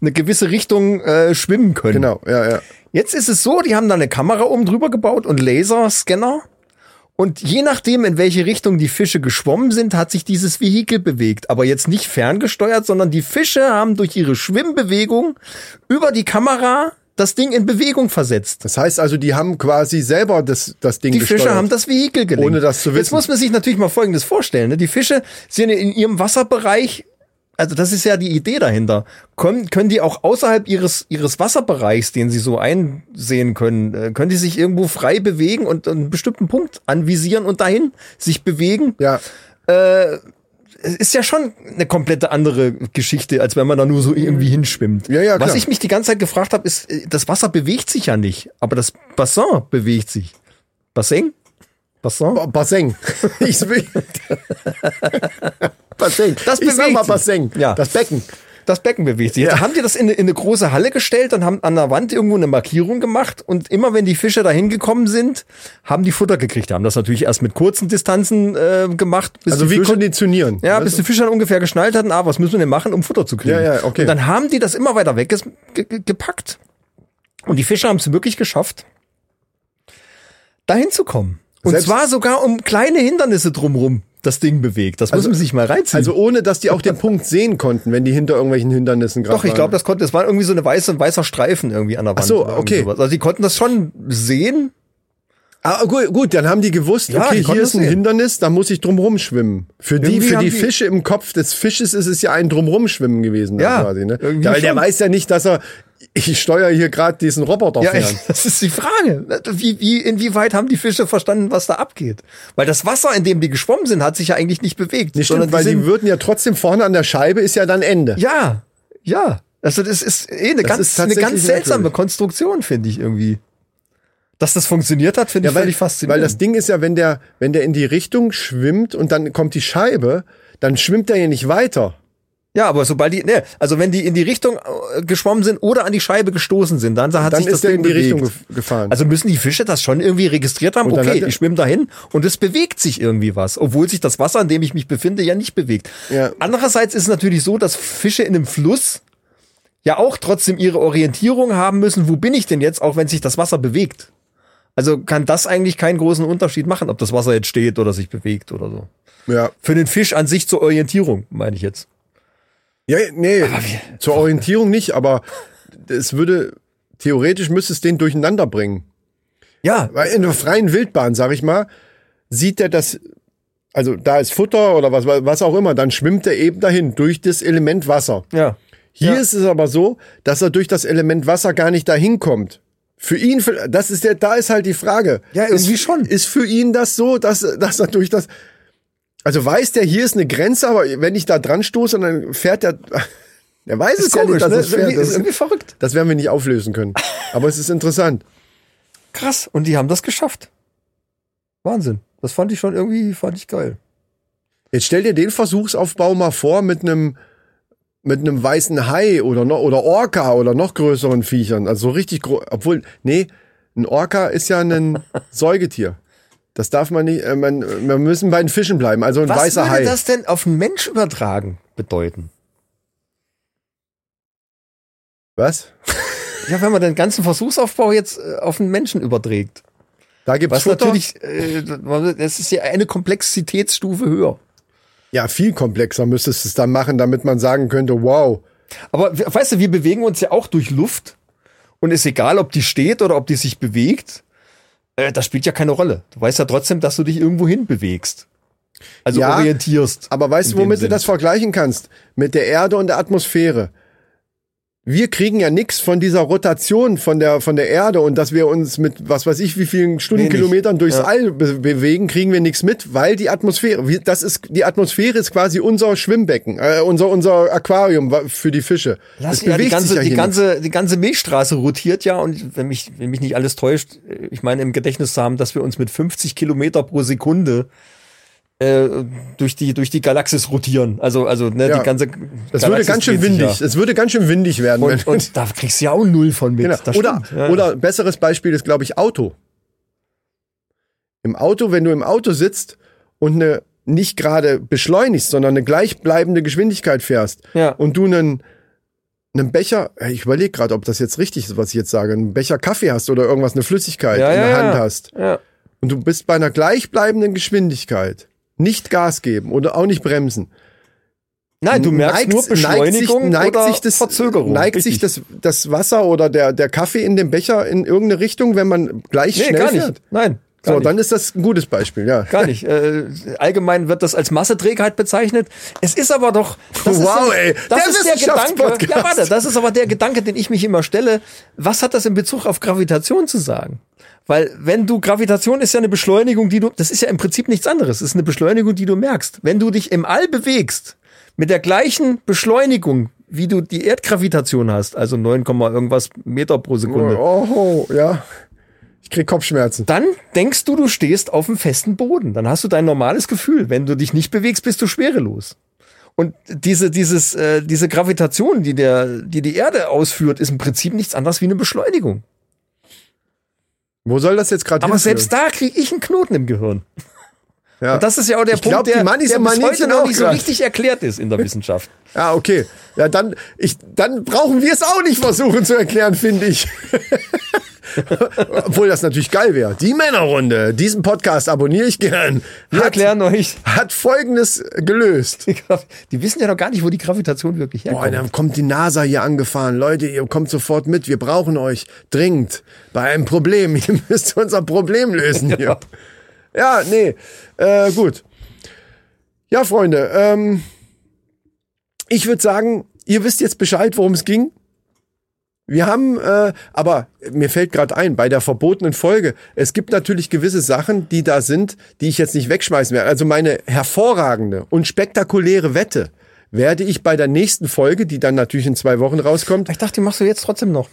S4: eine gewisse Richtung äh, schwimmen können.
S3: Genau, ja, ja.
S4: Jetzt ist es so, die haben da eine Kamera oben drüber gebaut und Laserscanner. Und je nachdem, in welche Richtung die Fische geschwommen sind, hat sich dieses Vehikel bewegt. Aber jetzt nicht ferngesteuert, sondern die Fische haben durch ihre Schwimmbewegung über die Kamera das Ding in Bewegung versetzt.
S3: Das heißt also, die haben quasi selber das, das Ding
S4: Die
S3: gesteuert.
S4: Fische haben das Vehikel gelenkt.
S3: Ohne das zu
S4: Jetzt
S3: wissen.
S4: muss man sich natürlich mal Folgendes vorstellen. Ne? Die Fische sind in ihrem Wasserbereich, also das ist ja die Idee dahinter, können, können die auch außerhalb ihres, ihres Wasserbereichs, den sie so einsehen können, äh, können die sich irgendwo frei bewegen und einen bestimmten Punkt anvisieren und dahin sich bewegen.
S3: Ja,
S4: Es ist ja schon eine komplette andere Geschichte, als wenn man da nur so irgendwie hinschwimmt.
S3: Ja, ja,
S4: Was
S3: klar.
S4: ich mich die ganze Zeit gefragt habe, ist, äh, das Wasser bewegt sich ja nicht, aber das Bassin bewegt sich. Bassin? Bassin?
S3: Ba-
S4: [LAUGHS]
S3: Basseng. [LAUGHS] Ich will. Basseng.
S4: Das
S3: ich sag
S4: bewegt
S3: mal
S4: sich.
S3: Basseng.
S4: Ja.
S3: Das Becken.
S4: das Becken bewegt sich. Jetzt
S3: Ja.
S4: haben die das in, eine- in eine große Halle gestellt und haben an der Wand irgendwo eine Markierung gemacht. Und immer wenn die Fische da hingekommen sind, haben die Futter gekriegt. Die haben das natürlich erst mit kurzen Distanzen äh, gemacht. bis
S3: Also
S4: die
S3: wie
S4: Fische-
S3: konditionieren.
S4: ja,
S3: Also-
S4: bis die Fischer dann ungefähr geschnallt hatten, ah, was müssen wir denn machen, um Futter zu kriegen?
S3: Ja, ja, okay.
S4: Und dann haben die das immer weiter weggepackt. Und die Fischer haben es wirklich geschafft, dahin zu kommen. Und
S3: Selbst-
S4: zwar sogar um kleine Hindernisse drumrum das Ding bewegt. Das muss man sich mal reinziehen.
S3: Also ohne, dass die auch den Punkt sehen konnten, wenn die hinter irgendwelchen Hindernissen gerade
S4: doch, ich glaube, das konnte, das war irgendwie so eine weiße, ein weißer Streifen irgendwie an der Wand.
S3: so,
S4: oder irgendwie
S3: okay.
S4: sowas. Also die konnten das schon sehen.
S3: Ah, gut, gut, dann haben die gewusst,
S4: Ja,
S3: okay,
S4: die konnten
S3: hier ist ein
S4: sehen.
S3: Hindernis, da muss ich drum rumschwimmen. Für die,
S4: Irgendwie
S3: für
S4: haben
S3: die
S4: die-
S3: Fische im Kopf des Fisches ist es ja ein Drumrumschwimmen gewesen.
S4: Ja,
S3: da quasi, ne?
S4: irgendwie
S3: ja, weil der
S4: schon.
S3: weiß ja nicht, dass er, ich steuere hier gerade diesen Roboter
S4: Ja,
S3: fern.
S4: ich, das ist die Frage. Wie, wie, inwieweit haben die Fische verstanden, was da abgeht? Weil das Wasser, in dem die geschwommen sind, hat sich ja eigentlich nicht bewegt.
S3: Nee, stimmt, weil die
S4: sind-
S3: würden ja trotzdem vorne an der Scheibe ist ja dann Ende.
S4: Ja, ja. Also das ist eh eine
S3: ist
S4: ganz, eine
S3: tatsächlich
S4: ganz seltsame
S3: merkwürdig.
S4: Konstruktion, finde ich irgendwie. Dass das funktioniert hat, finde
S3: Ja,
S4: ich
S3: weil,
S4: völlig
S3: weil
S4: faszinierend.
S3: das Ding ist ja, wenn der, wenn der in die Richtung schwimmt und dann kommt die Scheibe, dann schwimmt der ja nicht weiter.
S4: ja, aber sobald die, ne, also wenn die in die Richtung äh, geschwommen sind oder an die Scheibe gestoßen sind, dann hat
S3: Dann
S4: sich das
S3: ist der
S4: Ding
S3: in die
S4: bewegt.
S3: Richtung gef- gefahren.
S4: Also müssen die Fische das schon irgendwie registriert haben.
S3: Und dann hat
S4: okay,
S3: der-
S4: ich schwimme dahin und es bewegt sich irgendwie was, obwohl sich das Wasser, in dem ich mich befinde, ja nicht bewegt.
S3: Ja.
S4: Andererseits ist es natürlich so, dass Fische in einem Fluss ja auch trotzdem ihre Orientierung haben müssen, wo bin ich denn jetzt, auch wenn sich das Wasser bewegt. Also kann das eigentlich keinen großen Unterschied machen, ob das Wasser jetzt steht oder sich bewegt oder so.
S3: ja.
S4: Für den Fisch an sich zur Orientierung, meine ich jetzt.
S3: Ja, nee, zur Orientierung nicht, aber es würde, theoretisch müsste es den durcheinander bringen.
S4: Ja,
S3: Weil in der freien Wildbahn, sag ich mal, sieht er das, also da ist Futter oder was, was auch immer, dann schwimmt er eben dahin durch das Element Wasser.
S4: ja.
S3: Hier
S4: Ja.
S3: ist es aber so, dass er durch das Element Wasser gar nicht dahin kommt. Für ihn, für- das ist der, da ist halt die Frage.
S4: Ja, irgendwie
S3: ist,
S4: schon.
S3: Ist für ihn das so, dass, dass er durch das, also weiß der, hier ist eine Grenze, aber wenn ich da dran stoße, dann fährt der, [LAUGHS] der weiß es ne? ja nicht, dass es
S4: ne? Ist irgendwie,
S3: fährt.
S4: ist
S3: Das,
S4: irgendwie verrückt.
S3: das werden wir nicht auflösen können. Aber es ist interessant.
S4: Krass. Und die haben das geschafft. Wahnsinn. Das fand ich schon irgendwie, fand ich geil.
S3: Jetzt stell dir den Versuchsaufbau mal vor mit einem, mit einem weißen Hai oder, no, oder Orca oder noch größeren Viechern. Also so richtig groß. Obwohl, nee, ein Orca ist ja
S4: [LAUGHS]
S3: ein Säugetier. Das darf man nicht, äh, man, wir müssen bei den Fischen bleiben. Also ein
S4: Was
S3: weißer
S4: würde
S3: Hai.
S4: das denn auf einen Mensch übertragen bedeuten?
S3: Was?
S4: Ja, wenn man den ganzen Versuchsaufbau jetzt äh, auf einen Menschen überträgt.
S3: Da gibt's
S4: Was
S3: Futter?
S4: natürlich, äh, das ist ja eine Komplexitätsstufe höher.
S3: Ja, viel komplexer müsstest du es dann machen, damit man sagen könnte, wow.
S4: Aber we- weißt du, wir bewegen uns ja auch durch Luft. Und ist egal, ob die steht oder ob die sich bewegt. Äh, das spielt ja keine Rolle. Du weißt ja trotzdem, dass du dich irgendwo hin bewegst. Also
S3: Ja,
S4: orientierst.
S3: Aber weißt du,
S4: in dem
S3: womit du
S4: Sinn.
S3: das vergleichen kannst? Mit der Erde und der Atmosphäre. Wir kriegen ja nichts von dieser Rotation von der, von der Erde und dass wir uns mit was weiß ich wie vielen Stundenkilometern durchs All be bewegen, kriegen wir nichts mit, weil die Atmosphäre, wir- das ist, die Atmosphäre ist quasi unser Schwimmbecken, äh, unser, unser Aquarium wa- für die Fische.
S4: Lass,
S3: Es
S4: ja, die ganze, die,
S3: hier nichts.
S4: ganze, die ganze Milchstraße rotiert ja und wenn mich, wenn mich nicht alles täuscht, äh, ich meine im Gedächtnis zu haben, dass wir uns mit 50 Kilometer pro Sekunde äh, durch die durch die Galaxis rotieren. Also also ne,
S3: Ja.
S4: die ganze.
S3: Das
S4: Galaxis
S3: würde ganz schön
S4: dreht sich
S3: windig,
S4: Ja.
S3: es würde ganz schön windig werden.
S4: Und,
S3: wenn-
S4: und da kriegst du ja auch null von mit.
S3: Genau.
S4: Das
S3: Oder,
S4: stimmt. Ja.
S3: oder besseres Beispiel ist, glaube ich, Auto. Im Auto, wenn du im Auto sitzt und eine nicht gerade beschleunigst, sondern eine gleichbleibende Geschwindigkeit fährst
S4: Ja.
S3: und du einen, einen Becher, äh, ich überlege gerade, ob das jetzt richtig ist, was ich jetzt sage, einen Becher Kaffee hast oder irgendwas, eine Flüssigkeit
S4: Ja,
S3: in der
S4: ja,
S3: Hand
S4: ja.
S3: hast
S4: Ja.
S3: und du bist bei einer gleichbleibenden Geschwindigkeit nicht Gas geben oder auch nicht bremsen,
S4: Nein, du merkst
S3: neigt-
S4: nur Beschleunigung
S3: neigt sich, neigt
S4: oder
S3: sich das,
S4: Verzögerung.
S3: Neigt
S4: Richtig.
S3: sich das, das Wasser oder der, der Kaffee in dem Becher in irgendeine Richtung, wenn man gleich
S4: Nee,
S3: schnell
S4: gar nicht.
S3: fährt?
S4: Nein.
S3: So,
S4: Gar nicht.
S3: dann ist das ein gutes Beispiel, ja.
S4: Gar nicht. Äh, allgemein wird das als Masseträgheit bezeichnet. Es ist aber doch. Das
S3: Wow,
S4: ist
S3: ey,
S4: das
S3: der
S4: ist der Gedanke.
S3: Wissenschaftspodcast.
S4: Ja, warte, das ist aber der Gedanke, den ich mich immer stelle. Was hat das in Bezug auf Gravitation zu sagen? Weil wenn du Gravitation ist ja eine Beschleunigung, die du, das ist ja im Prinzip nichts anderes. Es ist eine Beschleunigung, die du merkst. Wenn du dich im All bewegst mit der gleichen Beschleunigung, wie du die Erdgravitation hast, also 9, irgendwas Meter pro Sekunde,
S3: [LAUGHS] Oh, ja. Ich krieg Kopfschmerzen.
S4: dann denkst du, du stehst auf dem festen Boden. Dann hast du dein normales Gefühl. Wenn du dich nicht bewegst, bist du schwerelos. Und diese, dieses, äh, diese Gravitation, die, der, die die Erde ausführt, ist im Prinzip nichts anderes wie eine Beschleunigung.
S3: Wo soll das jetzt gerade
S4: Aber
S3: hinführen?
S4: selbst da kriege ich einen Knoten im Gehirn.
S3: ja.
S4: Und das ist ja auch der
S3: Ich
S4: Punkt,
S3: glaub, die
S4: der,
S3: Mannis
S4: der
S3: und
S4: bis heute
S3: Maninchen
S4: noch
S3: auch
S4: nicht so
S3: grad.
S4: richtig erklärt ist [LAUGHS] in der Wissenschaft.
S3: Ah, okay. Ja, dann, ich, dann brauchen wir es auch nicht versuchen zu erklären, finde ich. [LAUGHS] Obwohl das natürlich geil wäre. Die Männerrunde. Diesen Podcast abonniere ich gern.
S4: Wir
S3: Hat,
S4: erklären euch,
S3: hat Folgendes gelöst.
S4: die, Gravi- die wissen ja noch gar nicht, wo die Gravitation wirklich
S3: Boah,
S4: herkommt.
S3: dann kommt die NASA hier angefahren. Leute, ihr kommt sofort mit. Wir brauchen euch. Dringend. Bei einem Problem. [LAUGHS] Ihr müsst unser Problem lösen hier. Ja, nee. Äh, gut. Ja, Freunde. Ähm, ich würde sagen, ihr wisst jetzt Bescheid, worum es ging. Wir haben, äh, aber mir fällt gerade ein, bei der verbotenen Folge, es gibt natürlich gewisse Sachen, die da sind, die ich jetzt nicht wegschmeißen werde. Also meine hervorragende und spektakuläre Wette werde ich bei der nächsten Folge, die dann natürlich in zwei Wochen rauskommt.
S4: ich dachte, die machst du jetzt trotzdem noch.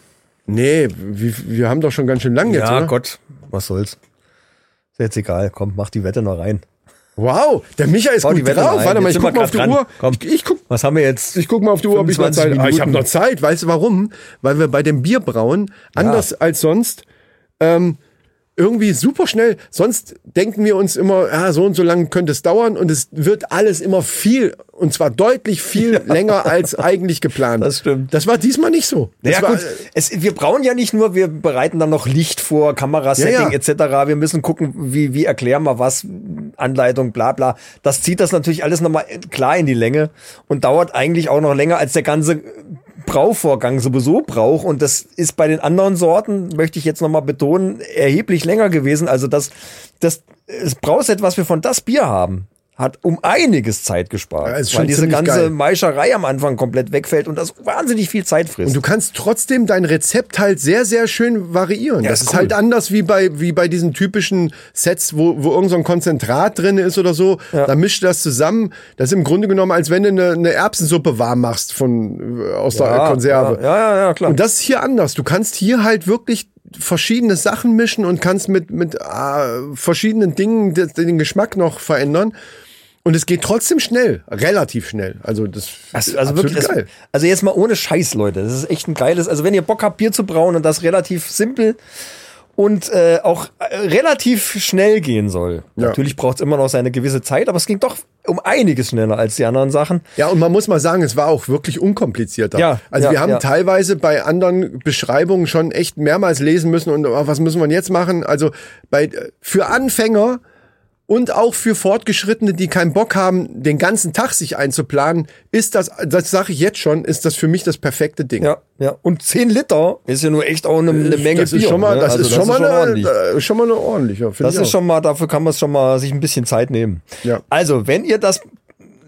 S3: Nee, wir, wir haben doch schon ganz schön lang jetzt,
S4: ja,
S3: oder?
S4: Gott, was soll's. Ist jetzt egal, komm, mach die Wette noch rein.
S3: Wow, der Michael ist
S4: Hau die
S3: gut
S4: Wette
S3: drauf.
S4: rein.
S3: Warte mal,
S4: Jetzt
S3: ich
S4: sind wir
S3: guck mal auf die
S4: grad dran.
S3: Uhr.
S4: Komm.
S3: Ich, ich guck
S4: Was haben wir jetzt?
S3: Ich guck mal auf die Uhr, ob ich noch
S4: 25
S3: Zeit habe. Ah, ich habe
S4: Minuten.
S3: noch Zeit. Weißt du warum? Weil wir bei dem Bierbrauen, anders als sonst, ähm, irgendwie super schnell, sonst denken wir uns immer, ah, so und so lang könnte es dauern und es wird alles immer viel und zwar deutlich
S4: [LAUGHS]
S3: viel länger als eigentlich geplant.
S4: Das stimmt.
S3: Das war diesmal nicht so. Das
S4: Ja
S3: war,
S4: gut, es, wir brauen ja nicht nur, wir bereiten dann noch Licht vor,
S3: Ja, ja.
S4: Kamerasetting etc. Wir müssen gucken, wie, wie erklären wir was, Anleitung, bla bla. Das zieht das natürlich alles nochmal klar in die Länge und dauert eigentlich auch noch länger, als der ganze Brauvorgang sowieso braucht. Und das ist bei den anderen Sorten, möchte ich jetzt nochmal betonen, erheblich länger gewesen. Also das, das, das Brauset, was wir von das Bier haben, hat um einiges Zeit gespart,
S3: Ja, ist schon
S4: weil diese
S3: ziemlich
S4: ganze
S3: geil.
S4: Maischerei am Anfang komplett wegfällt und das wahnsinnig viel Zeit frisst.
S3: Und du kannst trotzdem dein Rezept halt sehr, sehr schön variieren.
S4: Ja,
S3: das
S4: ist
S3: ist
S4: cool.
S3: halt anders wie bei, wie bei diesen typischen Sets, wo, wo irgend so ein Konzentrat drin ist oder so. Da mischt du das zusammen. Das ist im Grunde genommen, als wenn du eine, eine Erbsensuppe warm machst von, äh, aus der Konserve.
S4: Ja, ja, ja, klar.
S3: Und das ist hier anders. Du kannst hier halt wirklich verschiedene Sachen mischen und kannst mit, mit äh, verschiedenen Dingen de- den Geschmack noch verändern. Und es geht trotzdem schnell, relativ schnell. Also das
S4: also,
S3: ist
S4: also
S3: absolut
S4: wirklich, das,
S3: geil.
S4: also jetzt mal ohne Scheiß, Leute. Das ist echt ein geiles. Also wenn ihr Bock habt, Bier zu brauen und das relativ simpel und äh, auch äh, relativ schnell gehen soll.
S3: Ja.
S4: Natürlich braucht es immer noch seine gewisse Zeit, aber es ging doch um einiges schneller als die anderen Sachen.
S3: Ja, und man muss mal sagen, es war auch wirklich unkomplizierter.
S4: Ja,
S3: also
S4: ja,
S3: wir haben
S4: ja.
S3: teilweise bei anderen Beschreibungen schon echt mehrmals lesen müssen und ah, was müssen wir denn jetzt machen? Also bei, für Anfänger und auch für Fortgeschrittene, die keinen Bock haben, den ganzen Tag sich einzuplanen, ist das, das sage ich jetzt schon, ist das für mich das perfekte Ding.
S4: Ja, ja. Und 10 Liter ist ja nur echt auch eine, eine
S3: Äh,
S4: Menge
S3: das
S4: Bier.
S3: ist schon mal,
S4: ne?
S3: das
S4: Also
S3: ist schon mal
S4: ordentlich.
S3: eine, äh, schon mal eine ordentliche. finde
S4: Das
S3: ich
S4: ist
S3: auch.
S4: schon mal, dafür kann man schon mal sich ein bisschen Zeit nehmen.
S3: Ja.
S4: Also, wenn ihr das,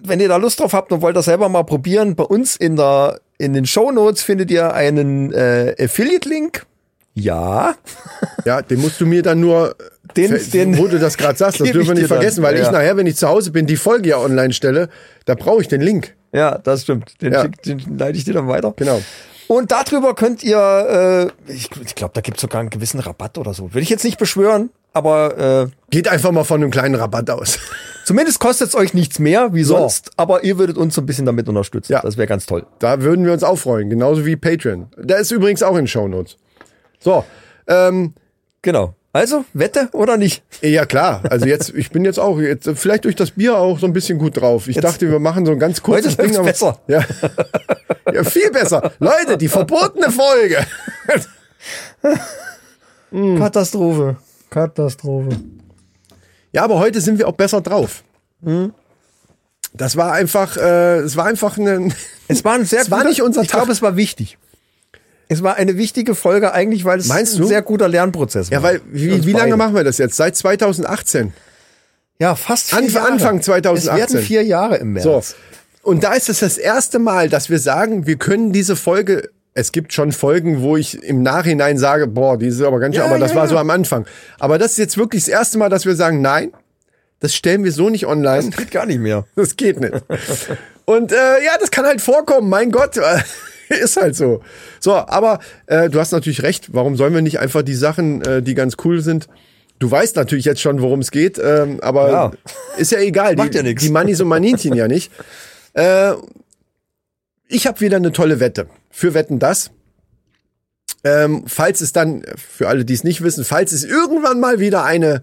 S4: wenn ihr da Lust drauf habt und wollt das selber mal probieren, bei uns in der, in den Show Notes findet ihr einen äh, Affiliate-Link. Ja.
S3: Ja, den musst du mir dann nur,
S4: Den-
S3: ver-
S4: den-
S3: wo du das gerade sagst, das
S4: [LAUGHS] geb
S3: dürfen
S4: ich
S3: wir
S4: dir
S3: nicht vergessen,
S4: dann.
S3: weil
S4: Ja.
S3: ich nachher, wenn ich zu Hause bin, die Folge ja online stelle, da brauche ich den Link.
S4: Ja, das stimmt. Den,
S3: Ja.
S4: schick, den leite ich dir dann weiter.
S3: Genau.
S4: Und darüber könnt ihr, äh, ich, ich glaube, da gibt es sogar einen gewissen Rabatt oder so. Will ich jetzt nicht beschwören, aber äh,
S3: Geht einfach mal von einem kleinen Rabatt aus. [LAUGHS]
S4: zumindest kostet es euch nichts mehr wie sonst, aber ihr würdet uns so ein bisschen damit unterstützen.
S3: Ja.
S4: Das wäre ganz toll.
S3: Da würden wir uns auch freuen, genauso wie Patreon. Der ist übrigens auch in den Shownotes. So, ähm,
S4: Genau. Also, Wette oder nicht?
S3: ja klar, also jetzt, ich bin jetzt auch, jetzt, vielleicht durch das Bier auch so ein bisschen gut drauf. Ich dachte, wir machen so ein ganz kurzes
S4: Heute läuft's
S3: Ding.
S4: besser.
S3: Ja. ja, [LAUGHS] viel besser. Leute, die verbotene Folge.
S4: Katastrophe. Katastrophe.
S3: Ja, aber heute sind wir auch besser drauf. Hm? Das war einfach, äh, es war einfach ein,
S4: [LAUGHS] Es war ein sehr
S3: Es war
S4: guter-
S3: nicht unser
S4: Ich glaube,
S3: Tag.
S4: es war wichtig. Es war eine wichtige Folge eigentlich, weil es
S3: Meinst
S4: ein
S3: du?
S4: sehr guter Lernprozess war.
S3: ja, weil, wie,
S4: Uns
S3: wie lange
S4: beide.
S3: machen wir das jetzt? Seit 2018.
S4: Ja, fast vier
S3: Anf-
S4: Jahre.
S3: Anfang 2018.
S4: Es werden vier Jahre im
S3: So.
S4: März.
S3: Und da ist es das erste Mal, dass wir sagen, wir können diese Folge. Es gibt schon Folgen, wo ich im Nachhinein sage, boah, die ist aber ganz schön,
S4: Ja,
S3: aber das
S4: ja,
S3: war
S4: ja.
S3: so am Anfang. Aber das ist jetzt wirklich das erste Mal, dass wir sagen, nein, das stellen wir so nicht online.
S4: Geht gar nicht mehr.
S3: [LAUGHS] Das geht nicht. Und äh, ja, das kann halt vorkommen, mein Gott. [LAUGHS] Ist halt so. So, aber äh, du hast natürlich recht. Warum sollen wir nicht einfach die Sachen, äh, die ganz cool sind? Du weißt natürlich jetzt schon, worum es geht, ähm, aber
S4: Ja.
S3: ist ja egal.
S4: Macht
S3: die,
S4: ja nix.
S3: Die Manis und Maninchen ja nicht. Äh, ich habe wieder eine tolle Wette. Für Wetten das. Ähm, falls es dann, für alle, die es nicht wissen, falls es irgendwann mal wieder eine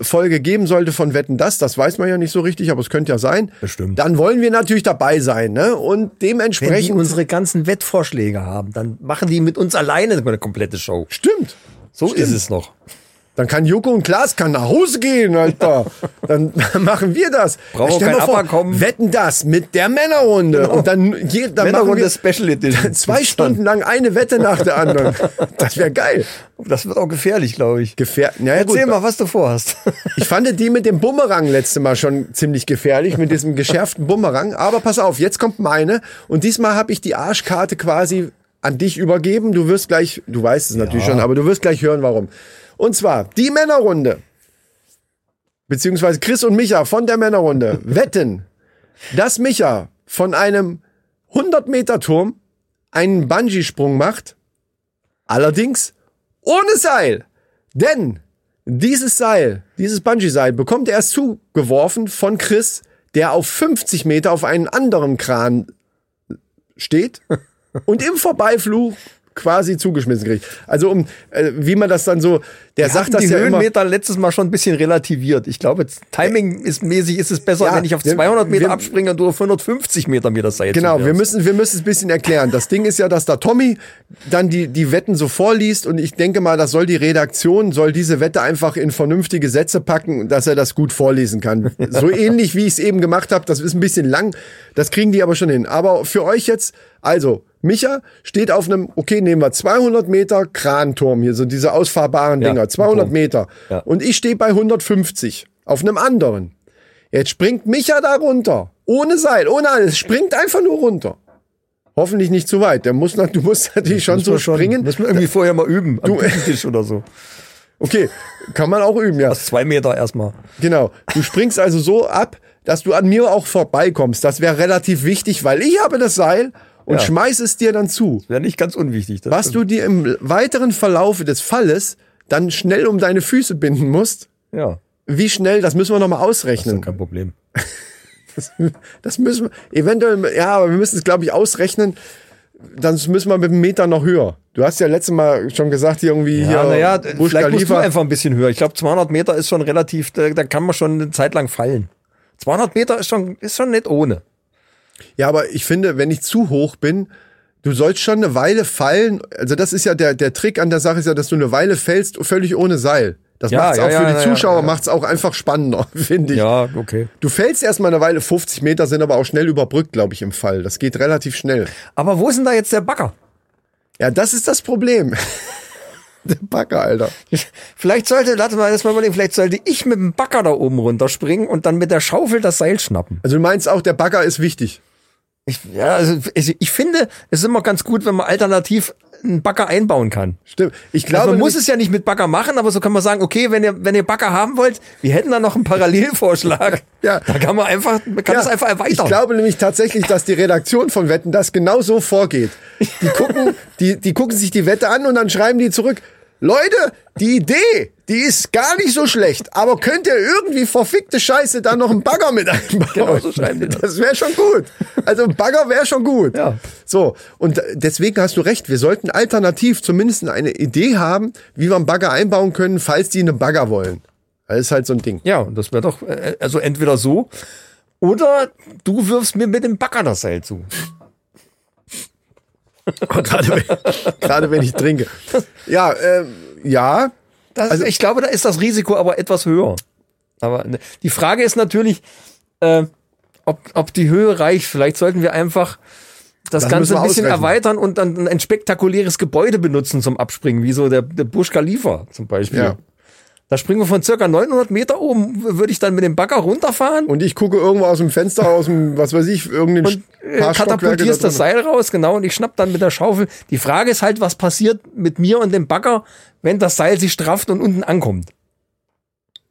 S3: Folge geben sollte von Wetten das, das weiß man ja nicht so richtig, aber es könnte ja sein.
S4: Bestimmt.
S3: Dann wollen wir natürlich dabei sein, ne? Und
S4: Wenn die
S3: dementsprechend.
S4: unsere ganzen Wettvorschläge haben, dann machen die mit uns alleine eine komplette Show.
S3: stimmt.
S4: So ist es noch.
S3: Dann kann Joko und Klaas kann nach Hause gehen, Alter.
S4: [LAUGHS]
S3: Dann [LAUGHS] machen wir das.
S4: Braucht
S3: Stell
S4: kein
S3: mal vor,
S4: Abba kommen.
S3: Wetten das mit der Männerrunde. Und dann, je, dann machen wir
S4: Männerrunde Special
S3: [LAUGHS]
S4: Edition.
S3: zwei Stunden lang eine Wette nach der anderen. Das wäre geil.
S4: [LAUGHS] Das wird auch gefährlich, glaube ich.
S3: Gefähr naja,
S4: Erzähl
S3: gut.
S4: mal, was du [LAUGHS] vorhast.
S3: Ich fand die mit dem Bumerang letzte Mal schon ziemlich gefährlich, mit diesem geschärften Bumerang. Aber pass auf, jetzt kommt meine. Und diesmal habe ich die Arschkarte quasi an dich übergeben. Du wirst gleich, du weißt es natürlich schon, aber du wirst gleich hören, warum. Und zwar die Männerrunde. Beziehungsweise Chris und Micha von der Männerrunde wetten, dass Micha von einem 100-Meter-Turm einen Bungee-Sprung macht. Allerdings ohne Seil. Denn dieses Seil, dieses Bungee-Seil, bekommt er erst zugeworfen von Chris, der auf 50 Meter auf einen anderen Kran
S4: [LAUGHS]
S3: steht und im Vorbeiflug quasi zugeschmissen kriegt. Also um, äh, wie man das dann so, der sagt das
S4: die
S3: ja immer.
S4: Höhenmeter letztes Mal schon ein bisschen relativiert. Ich glaube, jetzt Timing ist mäßig ist es besser,
S3: Ja,
S4: wenn ich auf
S3: wir-
S4: 200 Meter
S3: wir-
S4: abspringe und du auf 150 Meter mir das Seil
S3: Genau, wir
S4: zuwirfst.
S3: müssen, wir müssen es ein bisschen erklären. Das Ding ist ja, dass da Tommy dann die, die Wetten so vorliest und ich denke mal, das soll die Redaktion, soll diese Wette einfach in vernünftige Sätze packen, dass er das gut vorlesen kann.
S4: [LAUGHS]
S3: So ähnlich, wie ich es eben gemacht habe. Das ist ein bisschen lang. Das kriegen die aber schon hin. Aber für euch jetzt, also, Micha steht auf einem, okay, nehmen wir 200 Meter Kranturm hier, so diese ausfahrbaren
S4: Ja,
S3: Dinger,
S4: ein
S3: 200
S4: Turm.
S3: Meter.
S4: Ja.
S3: Und ich stehe bei 150 auf einem anderen. Jetzt springt Micha da runter. Ohne Seil, ohne alles. Springt einfach nur runter. Hoffentlich nicht zu weit. Der muss, na- du musst natürlich schon
S4: Müssen
S3: so
S4: wir schon-
S3: springen.
S4: [LAUGHS] Müssen wir irgendwie vorher mal üben. Am Küchentisch oder so.
S3: Okay, kann man auch üben, ja.
S4: Aus zwei Meter erstmal.
S3: Genau. Du springst also so ab, dass du an mir auch vorbeikommst. Das wäre relativ wichtig, weil ich habe das Seil und
S4: Ja.
S3: schmeiß es dir dann zu.
S4: Wäre nicht ganz unwichtig. Das
S3: Was du dir im weiteren Verlaufe des Falles dann schnell um deine Füße binden musst.
S4: Ja,
S3: Wie schnell, das müssen wir nochmal
S4: ist doch
S3: ausrechnen.
S4: kein Problem.
S3: Das müssen wir, eventuell, ja, aber wir müssen es, glaube ich, ausrechnen. Dann müssen wir mit dem Meter noch höher. Du hast ja letztes Mal schon gesagt, hier irgendwie
S4: Ja,
S3: hier
S4: naja,
S3: Burj
S4: vielleicht musst du
S3: Khalifa.
S4: einfach ein bisschen höher. Ich glaube, 200 Meter ist schon relativ, da, da kann man schon eine Zeit lang fallen. 200 Meter ist schon, ist schon nicht ohne.
S3: Ja, aber ich finde, wenn ich zu hoch bin, du sollst schon eine Weile fallen. Also das ist ja der, der Trick an der Sache ist ja, dass du eine Weile fällst, völlig ohne Seil. Das
S4: Ja,
S3: macht's
S4: ja,
S3: auch
S4: ja,
S3: für die
S4: ja, ja,
S3: Zuschauer,
S4: ja.
S3: macht's auch einfach spannender, [LAUGHS] finde ich.
S4: Ja, okay.
S3: Du fällst erstmal eine Weile, 50 Meter sind aber auch schnell überbrückt, glaube ich, im Fall. Das geht relativ schnell.
S4: Aber wo ist denn da jetzt der Bagger?
S3: Ja, das ist das Problem. [LAUGHS] der Bagger, Alter.
S4: [LAUGHS] Vielleicht sollte, lass mal erstmal überlegen, vielleicht sollte ich mit dem Bagger da oben runterspringen und dann mit der Schaufel das Seil schnappen.
S3: Also du meinst auch, der Bagger ist wichtig.
S4: Ich, ja, also, ich ich finde, es ist immer ganz gut, wenn man alternativ einen Bagger einbauen kann.
S3: Stimmt. Ich
S4: Also
S3: glaube,
S4: man muss
S3: nämlich-
S4: es ja nicht mit Bagger machen, aber so kann man sagen, okay, wenn ihr, wenn ihr Bagger haben wollt, wir hätten da noch einen Parallelvorschlag.
S3: [LAUGHS] Ja.
S4: Da kann man einfach, man kann
S3: Ja,
S4: es einfach erweitern.
S3: Ich glaube nämlich tatsächlich, dass die Redaktion von Wetten das genau so vorgeht. Die
S4: [LAUGHS]
S3: gucken, die, die gucken sich die Wette an und dann schreiben die zurück. Leute, die Idee, die ist gar nicht so schlecht, aber könnt ihr irgendwie verfickte Scheiße da noch einen Bagger mit einbauen?
S4: Genau so schreiben die das.
S3: Das wäre schon gut. Also ein Bagger wäre schon gut.
S4: Ja.
S3: So, und deswegen hast du recht, wir sollten alternativ zumindest eine Idee haben, wie wir einen Bagger einbauen können, falls die einen Bagger wollen. Das ist halt so ein Ding.
S4: ja, und das wäre doch, äh, also entweder so, oder du wirfst mir mit dem Bagger das
S3: [LAUGHS]
S4: Seil zu.
S3: Gerade wenn, gerade wenn ich
S4: [LAUGHS]
S3: trinke. Ja, ähm, ja.
S4: Das, also ich glaube, da ist das Risiko aber etwas höher. Aber ne, die Frage ist natürlich, äh, ob, ob die Höhe reicht. Vielleicht sollten wir einfach das,
S3: Das müssen
S4: Ganze
S3: wir
S4: ein bisschen
S3: ausrechnen.
S4: erweitern und dann ein spektakuläres Gebäude benutzen zum Abspringen, wie so der, der Burj Khalifa zum Beispiel.
S3: Ja.
S4: Da springen wir von circa 900 Meter oben, w- würde ich dann mit dem Bagger runterfahren und,
S3: Und ich gucke irgendwo aus dem Fenster, aus dem, was weiß ich, irgendein
S4: äh, katapultierst das Seil raus, genau, und ich schnapp dann mit der Schaufel. Die Frage ist halt, was passiert mit mir und dem Bagger, wenn das Seil sich strafft und unten ankommt.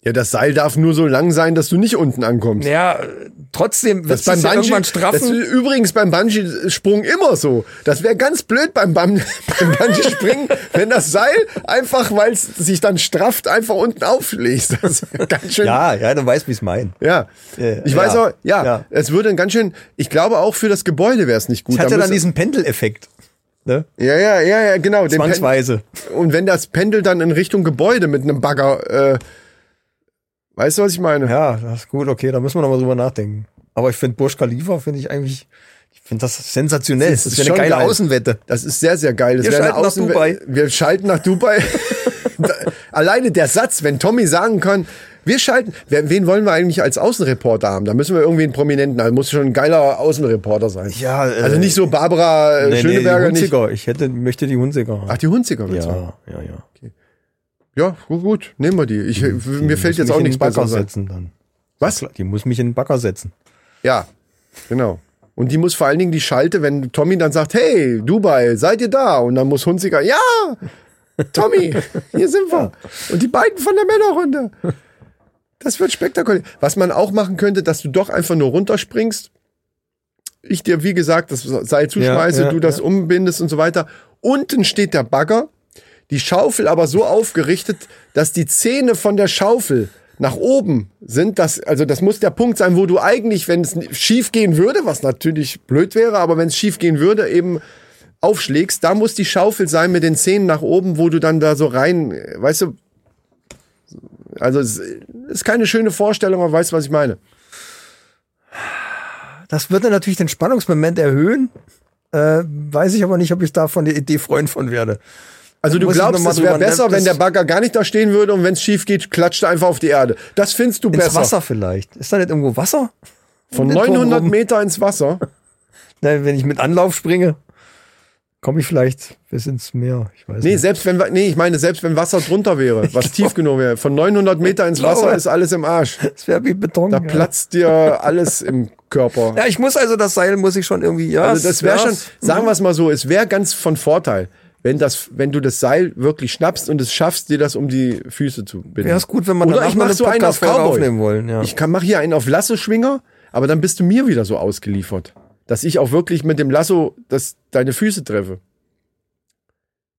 S3: Ja, das Seil darf nur so lang sein, dass du nicht unten ankommst.
S4: Ja, äh, trotzdem wird
S3: Das
S4: es ja
S3: beim Bungee,
S4: irgendwann
S3: das ist
S4: straffen.
S3: übrigens beim Bungee-Sprung immer so. Das wäre ganz blöd beim, Bun [LAUGHS] beim Bungee-Springen, wenn das Seil einfach, weil es sich dann strafft, einfach unten aufschlägt. Das ist ganz schön.
S4: Ja, ja, du weißt, wie es meint.
S3: Ja.
S4: Ja,
S3: ich weiß
S4: ja,
S3: auch, ja,
S4: ja.
S3: es würde ein ganz schön, ich glaube auch für das Gebäude wäre es nicht gut.
S4: Es hat
S3: Da
S4: ja dann
S3: müsste-
S4: diesen Pendeleffekt. Ne?
S3: ja, ja, ja, ja, genau. den Pen-
S4: Zwangsweise.
S3: Und wenn das Pendel dann in Richtung Gebäude mit einem Bagger, äh, weißt du, was ich meine?
S4: Ja, das ist gut, okay, da müssen wir nochmal drüber nachdenken. Aber ich finde Burj Khalifa, finde ich eigentlich, ich finde das sensationell. Das,
S3: ist
S4: wäre
S3: schon
S4: eine geile
S3: geil.
S4: Außenwette.
S3: Das ist sehr, sehr geil. Das
S4: Wir
S3: wäre eine Außen-
S4: schalten nach Dubai.
S3: Wir schalten nach
S4: [LAUGHS]
S3: Dubai. Da- Alleine der Satz, wenn Tommy sagen kann, wir schalten, wer, wen wollen wir eigentlich als Außenreporter haben? Da müssen wir irgendwie einen Prominenten, da muss schon ein geiler Außenreporter sein.
S4: Ja, äh,
S3: also nicht so Barbara äh, Schöneberger,
S4: die
S3: nicht.
S4: Hunziker. Ich hätte, möchte die Hunziker haben.
S3: Ach, die Hunziker wird's haben.
S4: ja, ja.
S3: Ja, gut, gut, nehmen wir die. Ich,
S4: Hm.
S3: mir fällt jetzt auch nichts
S4: Backer
S3: besser ein.
S4: setzen dann.
S3: Was?
S4: Die muss mich in den Backer setzen.
S3: Ja, genau. Und die muss vor allen Dingen die Schalte, wenn Tommy dann sagt, hey, Dubai, seid ihr da? Und dann muss Hunziker, ja, Tommy, hier sind wir. Und die beiden von der Männerrunde. Das wird spektakulär. Was man auch machen könnte, dass du doch einfach nur runterspringst. Ich dir, wie gesagt, das Seil zuschmeiße,
S4: Ja, ja,
S3: du das umbindest und so weiter. Unten steht der Bagger, die Schaufel aber so aufgerichtet, dass die Zähne von der Schaufel nach oben sind. Das, also das muss der Punkt sein, wo du eigentlich, wenn es schief gehen würde, was natürlich blöd wäre, aber wenn es schief gehen würde, eben aufschlägst, da muss die Schaufel sein mit den Zähnen nach oben, wo du dann da so rein, äh, weißt du, also es ist keine schöne Vorstellung, aber weißt du, was ich meine?
S4: Das würde natürlich den Spannungsmoment erhöhen. Äh, weiß ich aber nicht, ob ich davon die Idee Freund von werde.
S3: Also du
S4: muss ich noch
S3: glaubst,
S4: mal
S3: es wäre
S4: drüber-
S3: besser,
S4: das-
S3: wenn der Bagger gar nicht da stehen würde und wenn es schief geht, klatscht er einfach auf die Erde. Das findest du
S4: Ins
S3: besser.
S4: Wasser vielleicht. Ist da nicht irgendwo Wasser?
S3: Von
S4: Nicht drumrum.
S3: 900 Meter ins Wasser.
S4: Na, wenn ich mit Anlauf springe, komme ich vielleicht bis ins Meer. Ich weiß
S3: Nee,
S4: nicht.
S3: selbst wenn, wa- nee, ich meine, selbst wenn Wasser drunter wäre,
S4: Genau.
S3: was tief genug wäre, von 900 Meter ins
S4: glaube-
S3: Wasser ist alles im Arsch.
S4: Das wäre wie Beton.
S3: Da
S4: ja.
S3: platzt dir alles im Körper.
S4: Ja, ich muss also das Seil muss ich schon irgendwie. Ja,
S3: Also das wäre
S4: ja,
S3: schon, sagen wir es mal so, es wäre ganz von Vorteil, wenn das, wenn du das Seil wirklich schnappst und es schaffst, dir das um die Füße zu binden.
S4: Wäre es gut, wenn man
S3: Oder
S4: danach
S3: ich
S4: noch
S3: mach
S4: eine
S3: so einen auf
S4: Podcast-Folge
S3: Cowboy.
S4: aufnehmen wollen, ja.
S3: Ich kann mach hier einen auf Lasso-Schwinger, aber dann bist du mir wieder so ausgeliefert, dass ich auch wirklich mit dem Lasso das, deine Füße treffe.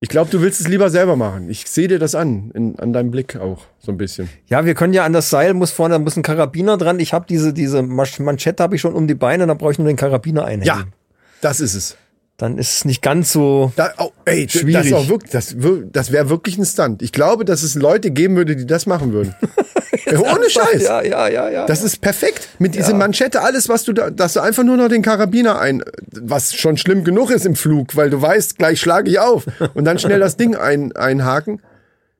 S3: Ich glaube, du willst es lieber selber machen. Ich sehe dir das an, in, an deinem Blick auch so ein bisschen.
S4: Ja, wir können ja an das Seil muss vorne, da muss ein Karabiner dran. Ich habe diese diese Masch- Manschette habe ich schon um die Beine, da brauche ich nur den Karabiner einhängen.
S3: Ja, das ist es.
S4: Dann ist es nicht ganz so.
S3: Da, oh, ey, Schwierig. Das,
S4: Schwierig.
S3: ist auch wirklich, das, wir- das wäre wirklich ein Stunt. Ich glaube, dass es Leute geben würde, die das machen
S4: [LAUGHS]
S3: würden. Ey, Ohne Scheiß.
S4: Ja, ja, ja, ja.
S3: Das ist perfekt. Mit dieser Manschette, alles, was du da, dass du einfach nur noch den Karabiner ein, was schon schlimm genug ist im Flug, weil du weißt, gleich schlage ich auf und dann schnell das Ding ein, einhaken.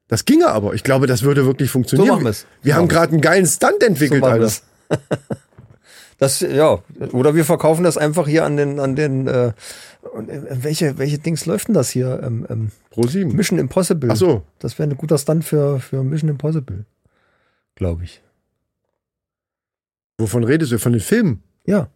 S3: Das ginge aber. Ich glaube, das würde wirklich funktionieren.
S4: machen wir's.
S3: Wir haben gerade einen geilen Stunt entwickelt,
S4: machen
S3: Alter.
S4: wir's. [LAUGHS] Das ja, oder wir verkaufen das einfach hier an den an den äh, und, äh, welche welche Dings läuft denn das hier? Ähm, ähm,
S3: Pro sieben.
S4: Mission Impossible.
S3: Ach so.
S4: Das wäre ein guter Stunt für für Mission Impossible, glaube ich.
S3: Wovon redest du? Von den Filmen?
S4: Ja.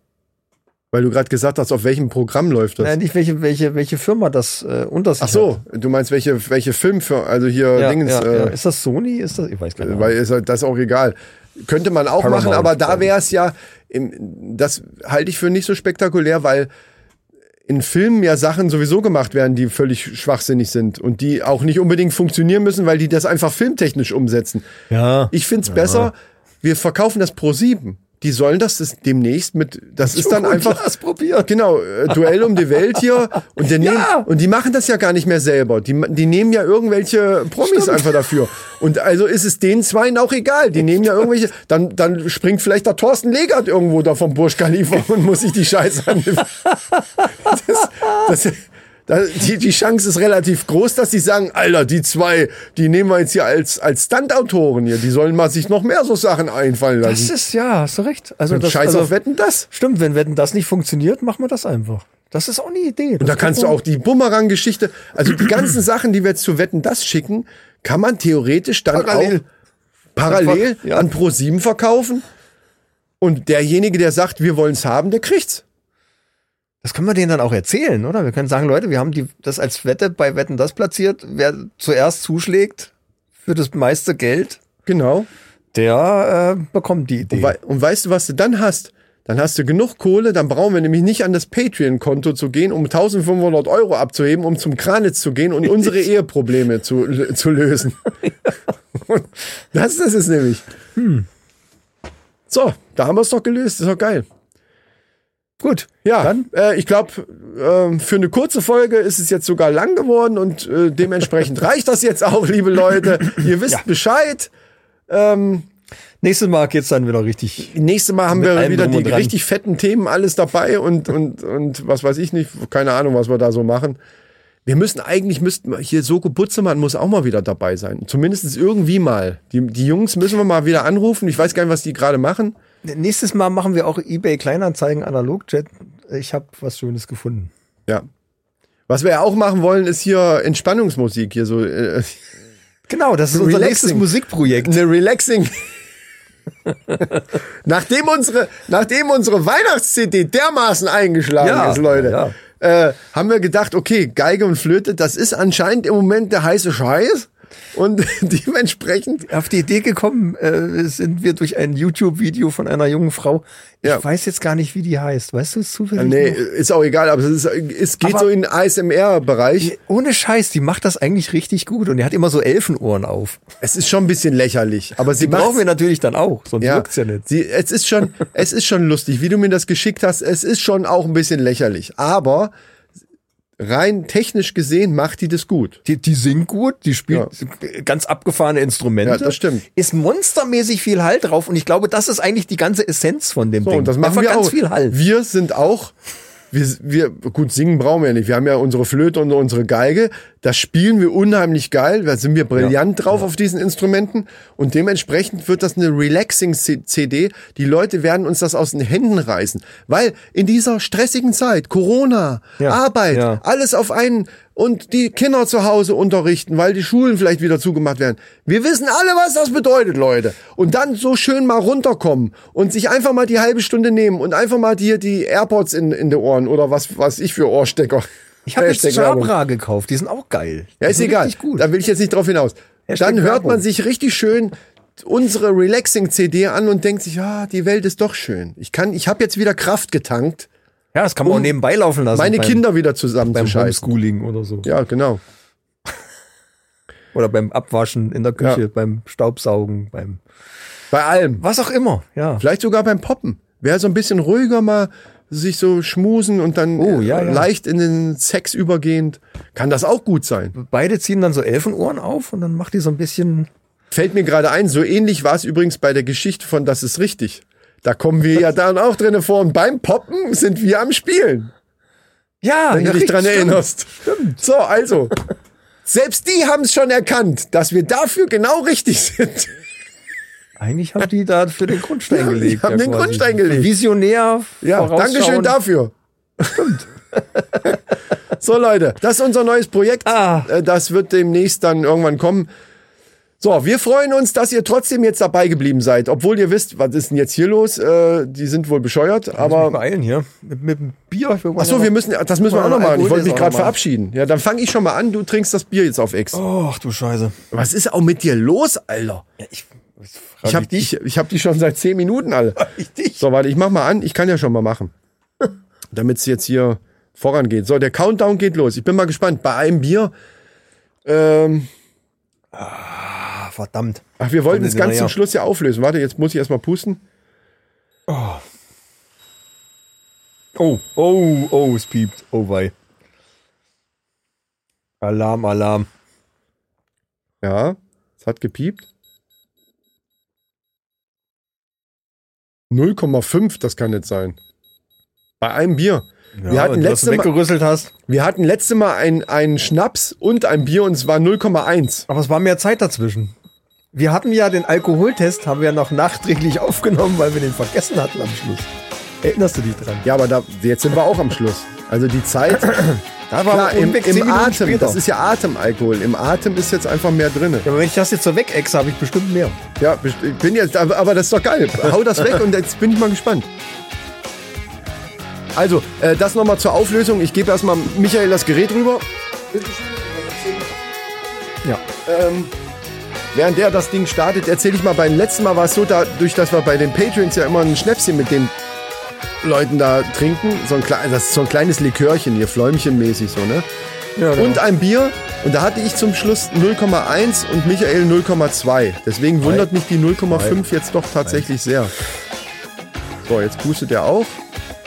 S3: Weil du gerade gesagt hast, auf welchem Programm läuft das?
S4: Nein, nicht welche welche welche Firma das äh, unter sich
S3: Ach
S4: hat.
S3: so, du meinst welche, welche Film für, also hier
S4: Ja,
S3: Dingens,
S4: ja,
S3: äh,
S4: ja. Ist das Sony? Ist das? Ich weiß gar nicht.
S3: weil ist halt das auch egal. Könnte man auch
S4: Paramount,
S3: machen, aber da
S4: glaube
S3: wäre es ja, im, das halte ich für nicht so spektakulär, weil in Filmen ja Sachen sowieso gemacht werden, die völlig schwachsinnig sind und die auch nicht unbedingt funktionieren müssen, weil die das einfach filmtechnisch umsetzen.
S4: ja.
S3: Ich finde es besser, wir verkaufen das pro sieben. Die sollen das, das demnächst mit, das ist dann
S4: Joko und
S3: einfach,
S4: Klaas probiert.
S3: genau, äh, Duell um die Welt hier. Und, der nehmen,
S4: [LAUGHS] Ja.
S3: und die machen das ja gar nicht mehr selber. Die, ma- die nehmen ja irgendwelche Promis einfach dafür. Und also ist es den Zweien auch egal. Die nehmen ja irgendwelche, dann, dann springt vielleicht der Thorsten Legert irgendwo da vom Burj Khalifa und muss sich die Scheiße annehmen. Das, das, das, die, die Chance ist relativ groß, dass sie sagen, Alter, die zwei, die nehmen wir jetzt hier als, als Stunt-Autoren hier. Die sollen mal sich noch mehr so Sachen einfallen
S4: Das
S3: lassen.
S4: ist ja, hast du recht. Also das
S3: Scheiß
S4: also,
S3: auf Wetten, das.
S4: Stimmt, wenn wenn das nicht funktioniert, machen wir das einfach. Das ist auch eine Idee.
S3: Und da kannst du auch die Bumerang-Geschichte, also die ganzen Sachen, die wir jetzt zu Wetten das schicken, kann man theoretisch dann
S4: Parallel.
S3: auch parallel
S4: Einfach, ja.
S3: an Pro7 verkaufen. Und derjenige, der sagt, wir wollen es haben, der kriegt's.
S4: Das können wir denen dann auch erzählen, oder? Wir können sagen, Leute, wir haben die, das als Wette bei Wetten das platziert. Wer zuerst zuschlägt für das meiste Geld,
S3: Genau.
S4: der äh, bekommt die Idee.
S3: Und, wei- und weißt du, was du dann hast? Dann hast du genug Kohle, dann brauchen wir nämlich nicht an das Patreon-Konto zu gehen, um 1500 Euro abzuheben, um zum Kranitz zu gehen und
S4: [LAUGHS]
S3: unsere Eheprobleme zu, zu lösen. Und das, das ist nämlich.
S4: Hm.
S3: So, da haben wir es doch gelöst. Ist doch geil.
S4: Gut.
S3: Ja,
S4: Dann?
S3: Äh, ich glaube, ähm, für eine kurze Folge ist es jetzt sogar lang geworden und äh,
S4: [LAUGHS]
S3: dementsprechend reicht das jetzt auch, liebe Leute. Ihr wisst
S4: Ja.
S3: Bescheid.
S4: Nächstes Mal geht's dann wieder richtig.
S3: Nächstes Mal haben wir
S4: allem
S3: wieder
S4: drum
S3: die
S4: und dran.
S3: richtig fetten Themen alles dabei und, und, und was weiß ich nicht, keine Ahnung, was wir da so machen. Wir müssen eigentlich, müssten wir- hier Soko Butzemann muss auch mal wieder dabei sein. Zumindest irgendwie mal. Die, die Jungs müssen wir mal wieder anrufen. Ich weiß gar nicht, was die gerade machen.
S4: Nächstes Mal machen wir auch eBay Kleinanzeigen analog Chat. Ich habe was Schönes gefunden.
S3: Ja. Was wir ja auch machen wollen, ist hier Entspannungsmusik. Hier so äh,
S4: Genau, das ist unser
S3: Relaxing.
S4: nächstes Musikprojekt.
S3: eine
S4: [LAUGHS]
S3: Relaxing. nachdem unsere, nachdem unsere Weihnachts-CD dermaßen eingeschlagen
S4: Ja,
S3: ist, Leute,
S4: ja.
S3: äh, haben wir gedacht, okay, Geige und Flöte, das ist anscheinend im Moment der heiße Scheiß. Und [LAUGHS] dementsprechend,
S4: Auf die Idee gekommen äh, sind wir durch ein YouTube-Video von einer jungen Frau. Ich
S3: Ja.
S4: weiß jetzt gar nicht, wie die heißt. Weißt du es zufällig?
S3: nee,
S4: noch?
S3: ist auch egal, aber es, ist, es geht
S4: Aber-
S3: so in den ASMR-Bereich.
S4: Ohne Scheiß, die macht das eigentlich richtig gut und die hat immer so Elfenohren auf.
S3: Es ist schon ein bisschen lächerlich, aber sie
S4: Die brauchen
S3: macht's-
S4: wir natürlich dann auch, sonst
S3: ja,
S4: wirkt's ja nicht.
S3: Sie, es ist
S4: [LAUGHS]
S3: schon, es ist schon lustig, wie du mir das geschickt hast. Es ist schon auch ein bisschen lächerlich, aber rein technisch gesehen macht die das gut.
S4: Die, die singt gut, die spielt ganz abgefahrene Instrumente.
S3: Ja, das stimmt.
S4: Ist monstermäßig viel Hall drauf und ich glaube, das ist eigentlich die ganze Essenz von dem
S3: So,
S4: Ding.
S3: und das machen
S4: Einfach
S3: wir
S4: ganz
S3: auch.
S4: viel Halt. Hall.
S3: Wir sind auch, wir, wir, gut, singen brauchen wir nicht. Wir haben ja unsere Flöte und unsere Geige. Das spielen wir unheimlich geil. Da sind wir brillant drauf auf diesen Instrumenten. Und dementsprechend wird das eine relaxing C- CD. Die Leute werden uns das aus den Händen reißen. Weil in dieser stressigen Zeit, Corona,
S4: Ja,
S3: Arbeit,
S4: ja.
S3: alles auf einen und die Kinder zu Hause unterrichten, weil die Schulen vielleicht wieder zugemacht werden. Wir wissen alle, was das bedeutet, Leute. Und dann so schön mal runterkommen und sich einfach mal die halbe Stunde nehmen und einfach mal dir die AirPods in, in die Ohren oder was, was ich für Ohrstecker.
S4: Ich habe jetzt
S3: Hashtag Werbung.
S4: Jabra gekauft, die sind auch geil.
S3: Ja,
S4: Die
S3: ist
S4: sind
S3: egal.
S4: Richtig gut.
S3: Da will ich jetzt nicht drauf hinaus.
S4: Hashtag
S3: Dann hört man
S4: Werbung.
S3: sich richtig schön unsere Relaxing-CD an und denkt sich, ja, die Welt ist doch schön. Ich kann, ich habe jetzt wieder Kraft getankt,
S4: Ja, das kann man auch nebenbei laufen lassen.
S3: meine
S4: Also beim,
S3: Kinder wieder
S4: beim
S3: zusammenzuscheißen.
S4: Homeschooling oder so.
S3: Ja, genau.
S4: Oder beim Abwaschen in der Küche,
S3: Ja.
S4: beim Staubsaugen, beim
S3: Bei allem.
S4: was auch immer. Ja.
S3: Vielleicht sogar beim Poppen. Wäre so ein bisschen ruhiger mal sich so schmusen und dann
S4: Oh,
S3: äh,
S4: ja, ja.
S3: leicht in den Sex übergehend. Kann das auch gut sein.
S4: Beide ziehen dann so Elfenohren auf und dann macht die so ein bisschen.
S3: Fällt mir gerade ein, so ähnlich war es übrigens bei der Geschichte von Das ist richtig. Da kommen wir ja dann auch drinne vor und beim Poppen sind wir am Spielen,
S4: Ja,
S3: wenn
S4: ja,
S3: du dich dran
S4: stimmt.
S3: erinnerst. Stimmt. So, also. Selbst die haben es schon erkannt, dass wir dafür genau richtig sind.
S4: Eigentlich haben die da für den
S3: [LAUGHS]
S4: Grundstein
S3: Ja, die
S4: gelegt.
S3: haben den
S4: quasi.
S3: Grundstein gelegt.
S4: Visionär.
S3: Ja,
S4: vorausschauend.
S3: Dankeschön dafür. [LAUGHS] so, Leute, das ist unser neues Projekt.
S4: Ah.
S3: Äh, Das wird demnächst dann irgendwann kommen. So, wir freuen uns, dass ihr trotzdem jetzt dabei geblieben seid, obwohl ihr wisst, was ist denn jetzt hier los? Äh, die sind wohl bescheuert,
S4: Aber
S3: aber.
S4: beeilen hier. Mit, mit dem Bier. Ich will mal
S3: Ach so,
S4: noch-
S3: wir müssen, das müssen wir auch noch machen. Ich wollte mich gerade
S4: Alkohol ist auch noch mal.
S3: verabschieden. Ja, dann fange ich schon mal an. Du trinkst das Bier jetzt auf Ex.
S4: Och, du Scheiße.
S3: Oh. Was ist auch mit dir los, Alter?
S4: ich
S3: Ich habe die, ich, ich hab die schon seit zehn Minuten alle.
S4: Ich dich.
S3: So, warte, ich mach mal an. Ich kann ja schon mal
S4: [LAUGHS]
S3: machen. Damit es jetzt hier vorangeht. So, der Countdown geht los. Ich bin mal gespannt. Bei einem Bier. Ähm,
S4: Ah, verdammt.
S3: ach, wir wollten es
S4: Kommt
S3: ganz
S4: jetzt
S3: zum
S4: näher.
S3: Schluss ja auflösen. Warte, jetzt muss ich erstmal pusten.
S4: Oh, oh, oh, es piept. Oh, wei. Alarm, Alarm.
S3: Ja, es hat gepiept. 0,5, das kann nicht sein. Bei einem Bier. wir, hatten
S4: wenn du das
S3: letzte mal,
S4: weggerüsselt hast.
S3: wir hatten letzte Mal ein- einen Schnaps und ein Bier und es war 0,1.
S4: Aber es war mehr Zeit dazwischen. Wir hatten ja den Alkoholtest, haben wir noch nachträglich [LAUGHS] aufgenommen, weil wir den vergessen hatten am Schluss. Erinnerst du dich dran?
S3: Ja, aber da, jetzt sind wir auch am Schluss. Also die Zeit,
S4: Da
S3: klar, im,
S4: Unweg zehn
S3: im
S4: Minuten
S3: Atem,
S4: später.
S3: das ist ja Atemalkohol. Im Atem ist jetzt einfach mehr drin.
S4: ja, aber wenn ich das jetzt so wegexe, habe ich bestimmt mehr.
S3: Ja, best- ich bin jetzt, aber aber das ist doch geil. Hau das weg und jetzt bin ich mal gespannt. Also, äh, das nochmal zur Auflösung. Ich gebe erstmal Michael das Gerät rüber.
S4: Ja.
S3: Ähm, Während der das Ding startet, erzähle ich mal, beim letzten Mal war es so, dadurch, dass wir bei den Patreons ja immer ein Schnäpschen mit den Leuten da trinken, so ein, klei- das ist so ein kleines Likörchen hier, Fläumchenmäßig so, ne?
S4: Ja, genau.
S3: Und ein Bier. Und da hatte ich zum Schluss 0,1 und Michael 0,2. Deswegen wundert mich die 0,5 jetzt doch tatsächlich sehr. So, jetzt pustet er auch.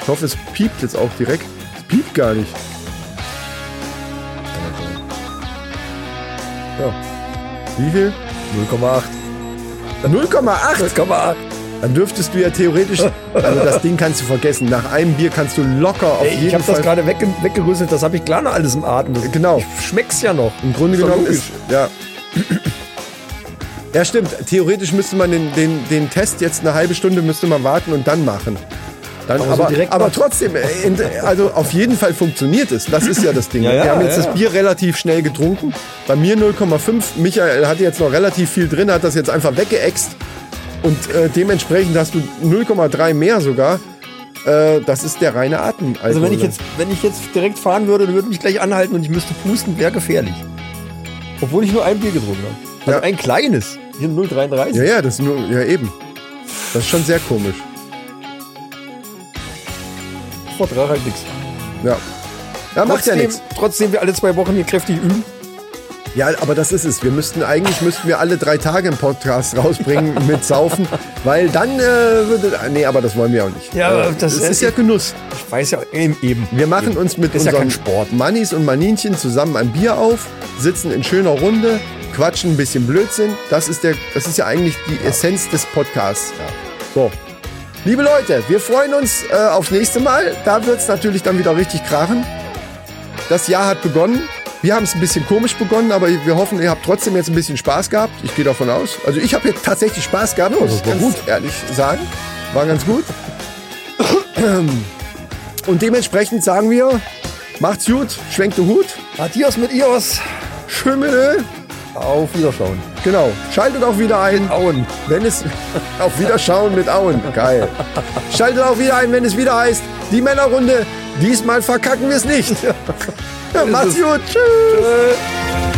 S3: Ich hoffe, es piept jetzt auch direkt. Es piept gar nicht.
S4: Ja.
S3: Wie viel?
S4: 0,8.
S3: 0,8!
S4: 0,8.
S3: Dann dürftest du ja
S4: [LAUGHS]
S3: theoretisch, also das Ding kannst du vergessen. Nach einem Bier kannst du locker auf
S4: Ey,
S3: jeden
S4: ich habe
S3: Fall.
S4: das gerade wegge weggerüsselt, das habe ich klar noch alles im Atem. Das
S3: Genau.
S4: Ich schmeck's ja noch.
S3: Im Grunde
S4: Ist doch
S3: genommen
S4: logisch.
S3: ist. Ja. Ja, stimmt. Theoretisch müsste man den, den, den Test jetzt eine halbe Stunde müsste man warten und dann machen. Dann,
S4: so
S3: aber
S4: direkt
S3: aber
S4: nach-
S3: trotzdem, äh, in- also auf jeden Fall funktioniert es. Das ist ja das Ding.
S4: Ja, ja,
S3: Wir haben jetzt
S4: ja,
S3: das
S4: ja.
S3: Bier relativ schnell getrunken. Bei mir 0,5. Michael hatte jetzt noch relativ viel drin, hat das jetzt einfach weggeext. Und äh, dementsprechend hast du 0,3 mehr sogar. Äh, das ist der reine Atem.
S4: Also wenn ich jetzt, wenn ich jetzt direkt fahren würde, dann würde mich gleich anhalten und ich müsste pusten, wäre gefährlich. Obwohl ich nur ein Bier getrunken habe. Also
S3: Ja.
S4: ein kleines. Hier 0,33.
S3: Ja, ja, das ist nur, ja eben. Das ist schon sehr komisch.
S4: Vertrag halt nichts.
S3: Ja. Ja, macht ja
S4: Trotzdem,
S3: nichts.
S4: trotzdem wir alle zwei Wochen hier kräftig üben.
S3: Ja, aber das ist es. Wir müssten eigentlich müssten wir alle drei Tage einen Podcast rausbringen mit Saufen, weil dann äh, würde. ah, Nee, aber das wollen wir auch nicht.
S4: Ja,
S3: Äh,
S4: aber das
S3: es ist
S4: ist-
S3: ja Genuss.
S4: Ich weiß ja eben. eben.
S3: Wir machen uns mit
S4: Ist ja
S3: unseren
S4: kein Sport.
S3: Mannis und Maninchen zusammen ein Bier auf, sitzen in schöner Runde, quatschen ein bisschen Blödsinn. Das ist der, das ist ja eigentlich die Essenz des Podcasts. So. Liebe Leute, wir freuen uns äh, aufs nächste Mal. Da wird's natürlich dann wieder richtig krachen. Das Jahr hat begonnen. Wir haben es ein bisschen komisch begonnen, aber wir hoffen, ihr habt trotzdem jetzt ein bisschen Spaß gehabt. Ich gehe davon aus. Also ich habe jetzt tatsächlich Spaß gehabt, muss ich
S4: das war
S3: ganz ehrlich sagen. War ganz gut. Und dementsprechend sagen wir, macht's gut, schwenkt den Hut,
S4: Adios mit Ios.
S3: Schimmel,
S4: Auf Wiederschauen.
S3: genau, schaltet auch wieder ein,
S4: Auen.
S3: wenn es, [LAUGHS] auf Wiederschauen mit Auen, geil. Schaltet auch wieder ein, wenn es wieder heißt, die
S4: [LAUGHS]
S3: Männerrunde, diesmal verkacken wir es nicht.
S4: ist
S3: macht's
S4: es.
S3: gut, tschüss.
S4: Äh,